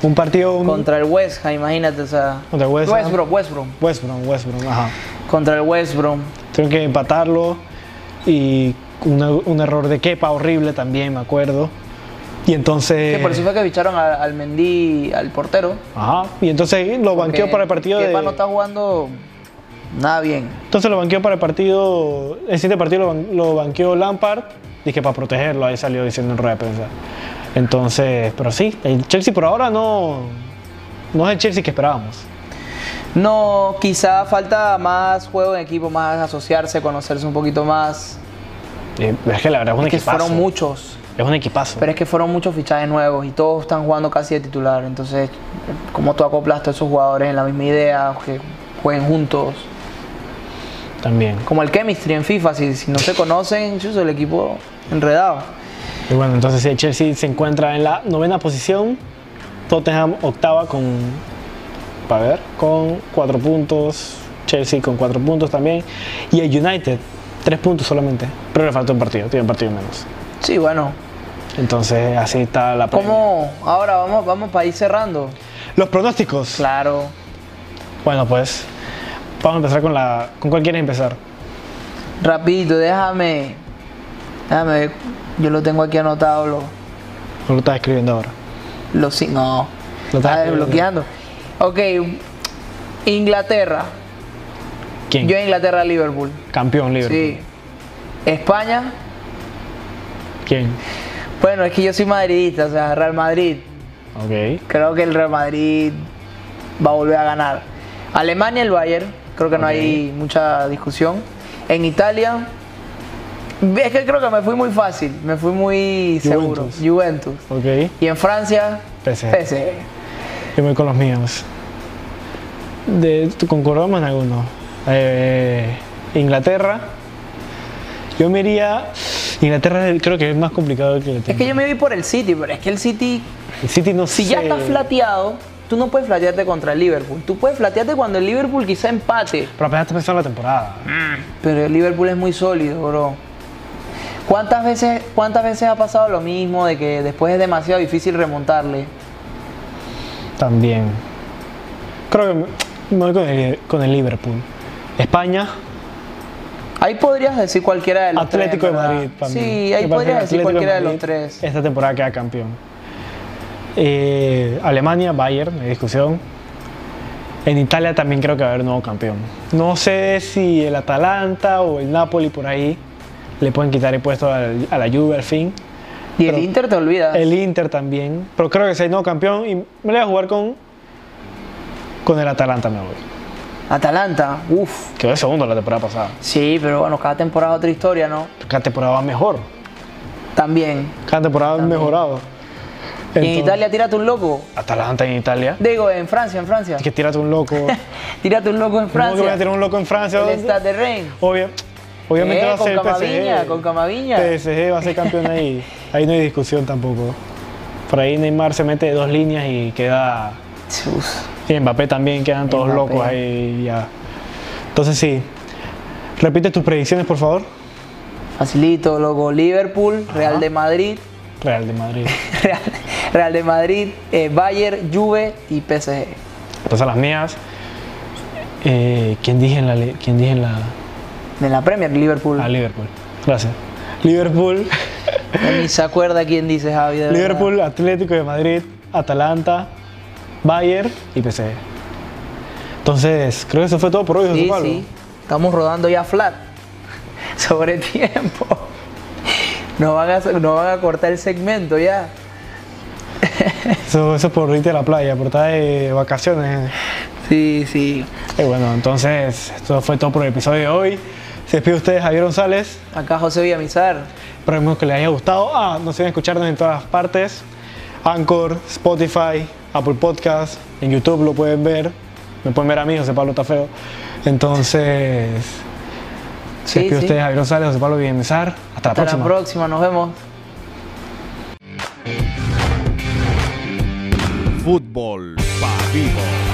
un partido un-
Contra el West Ham, imagínate, o sea.
Contra el West Ham.
West Brom, West Brom.
West Brom, West Brom, ajá.
Contra el West Brom.
Tuvieron que empatarlo y una- un error de Kepa horrible también, me acuerdo. Y entonces
Que por eso fue que ficharon a- al Mendy, al portero.
Ajá, y entonces lo banqueó
que
para el partido
Kepa
de
no está jugando nada bien.
Entonces lo banqueó para el partido, el siguiente partido lo, ban- lo banqueó Lampard, dije para protegerlo, ahí salió diciendo en rueda de prensa. Entonces, pero sí, el Chelsea por ahora no, no es el Chelsea que esperábamos.
No, quizá falta más juego en equipo, más asociarse, conocerse un poquito más.
Eh, es que la verdad es un
Es que
equipazo.
fueron muchos.
Es un equipazo.
Pero es que fueron muchos fichajes nuevos y todos están jugando casi de titular. Entonces, ¿cómo tú acoplas todos esos jugadores en la misma idea? Que jueguen juntos.
También.
Como el chemistry en FIFA, si, si no se conocen, chuzo, el equipo enredado.
Y bueno, entonces el Chelsea se encuentra en la novena posición, Tottenham octava con, para ver, con cuatro puntos, Chelsea con cuatro puntos también, y el United tres puntos solamente, pero le falta un partido, tiene un partido menos.
Sí, bueno.
Entonces así está la Premier.
¿Cómo? Ahora vamos, vamos para ir cerrando.
Los pronósticos.
Claro.
Bueno, pues vamos a empezar con la. ¿Con cuál quieres empezar?
Rapidito, déjame. Déjame ver. Yo lo tengo aquí anotado. Lo,
¿O lo estás escribiendo ahora?
lo sí- No.
Lo estás
Está
escribiendo.
desbloqueando. Ok. Inglaterra.
¿Quién?
Yo Inglaterra-Liverpool.
Campeón Liverpool.
Sí. España.
¿Quién?
Bueno, es que yo soy madridista, o sea, Real Madrid.
Ok.
Creo que el Real Madrid va a volver a ganar. Alemania, el Bayern. Creo que no hay mucha discusión. En Italia. Es que creo que me fui muy fácil, me fui muy seguro.
Juventus.
Juventus.
Ok.
Y en Francia,
PSG.
PSG.
Yo me voy con los míos. De, ¿tú ¿Concordamos en alguno? Eh, Inglaterra. Yo me iría. Inglaterra creo que es más complicado que Inglaterra.
Es que yo me vi por el City, pero es que el City,
El City no
si ya está flateado, tú no puedes flatearte contra el Liverpool. Tú puedes flatearte cuando el Liverpool quizá empate.
Pero apenas está empezando la temporada.
Pero el Liverpool es muy sólido, bro. ¿Cuántas veces, ¿Cuántas veces ha pasado lo mismo de que después es demasiado difícil remontarle?
También. Creo que me- me voy con el, con el Liverpool. España,
Ahí podrías decir cualquiera de los
Atlético
tres.
de
¿verdad?
Madrid para mí.
Sí, ahí
Me parece
podrías
que
decir
Atlético
cualquiera de los
Madrid
tres.
Esta temporada queda campeón. Eh, Alemania, Bayern, no hay discusión. En Italia también creo que va a haber nuevo campeón. No sé si el Atalanta o el Napoli por ahí le pueden quitar el puesto al- a la Juve al fin.
Y el
Pero-
Inter te olvidas.
El Inter también. Pero creo que si hay nuevo campeón y me la voy a jugar con, con el Atalanta me voy.
Atalanta, uff.
Quedó de segundo la temporada pasada.
Sí, pero bueno, cada temporada otra historia, ¿no?
Cada temporada va mejor.
También.
Cada temporada ha mejorado.
Y en
Entonces-
Italia tírate un loco.
Atalanta en Italia.
Digo, en Francia, en Francia.
Que tírate un
<laughs>
loco.
Tírate un loco
¿Cómo
en
que voy a
Francia.
tirar un loco en Francia?
El
¿Dónde?
Stade de Rennes.
Obvia- obviamente
Eh,
va a
con
ser el
Camavinga,
PSG.
con Camavinga.
PSG va a ser campeón
<laughs>
ahí. Ahí no hay discusión tampoco. Por ahí Neymar se mete de dos líneas y queda.
Chus.
Y Mbappé también, quedan todos
Mbappé.
locos ahí ya. Entonces sí. Repite tus predicciones, por favor.
Facilito, loco. Liverpool, Real de Madrid, <laughs>
Real de Madrid.
Real, Real de Madrid, eh, Bayern, Juve y PSG.
Entonces las mías. Eh, ¿Quién dije en la.? le- ¿Quién dije en la.?
De la Premier, Liverpool.
Ah, Liverpool. Gracias.
<laughs>
Liverpool.
Ni se acuerda quién dice Javi. de verdad.
Liverpool, Atlético de Madrid, Atalanta, Bayern y PSG. Entonces, creo que eso fue todo por hoy, José
Sí,
Pablo.
sí. Estamos rodando ya flat. <laughs> Sobre tiempo. Nos van a, nos van a cortar el segmento ya.
<laughs> Eso, eso es por irte a la playa, por estar de vacaciones.
Sí, sí.
Y bueno, entonces, esto fue todo por el episodio de hoy. Se despide ustedes, Javier González.
Acá José Villamizar.
Esperemos que les haya gustado. Ah, nos siguen escucharnos en todas partes. Anchor, Spotify, Apple Podcast, en YouTube lo pueden ver. Me pueden ver a mí, José Pablo Tafeo. Entonces, se
Sí,
despide
sí.
ustedes, Javier González, José Pablo Villamizar. Hasta la
Hasta
próxima.
la próxima, nos vemos.
Fútbol para vivos.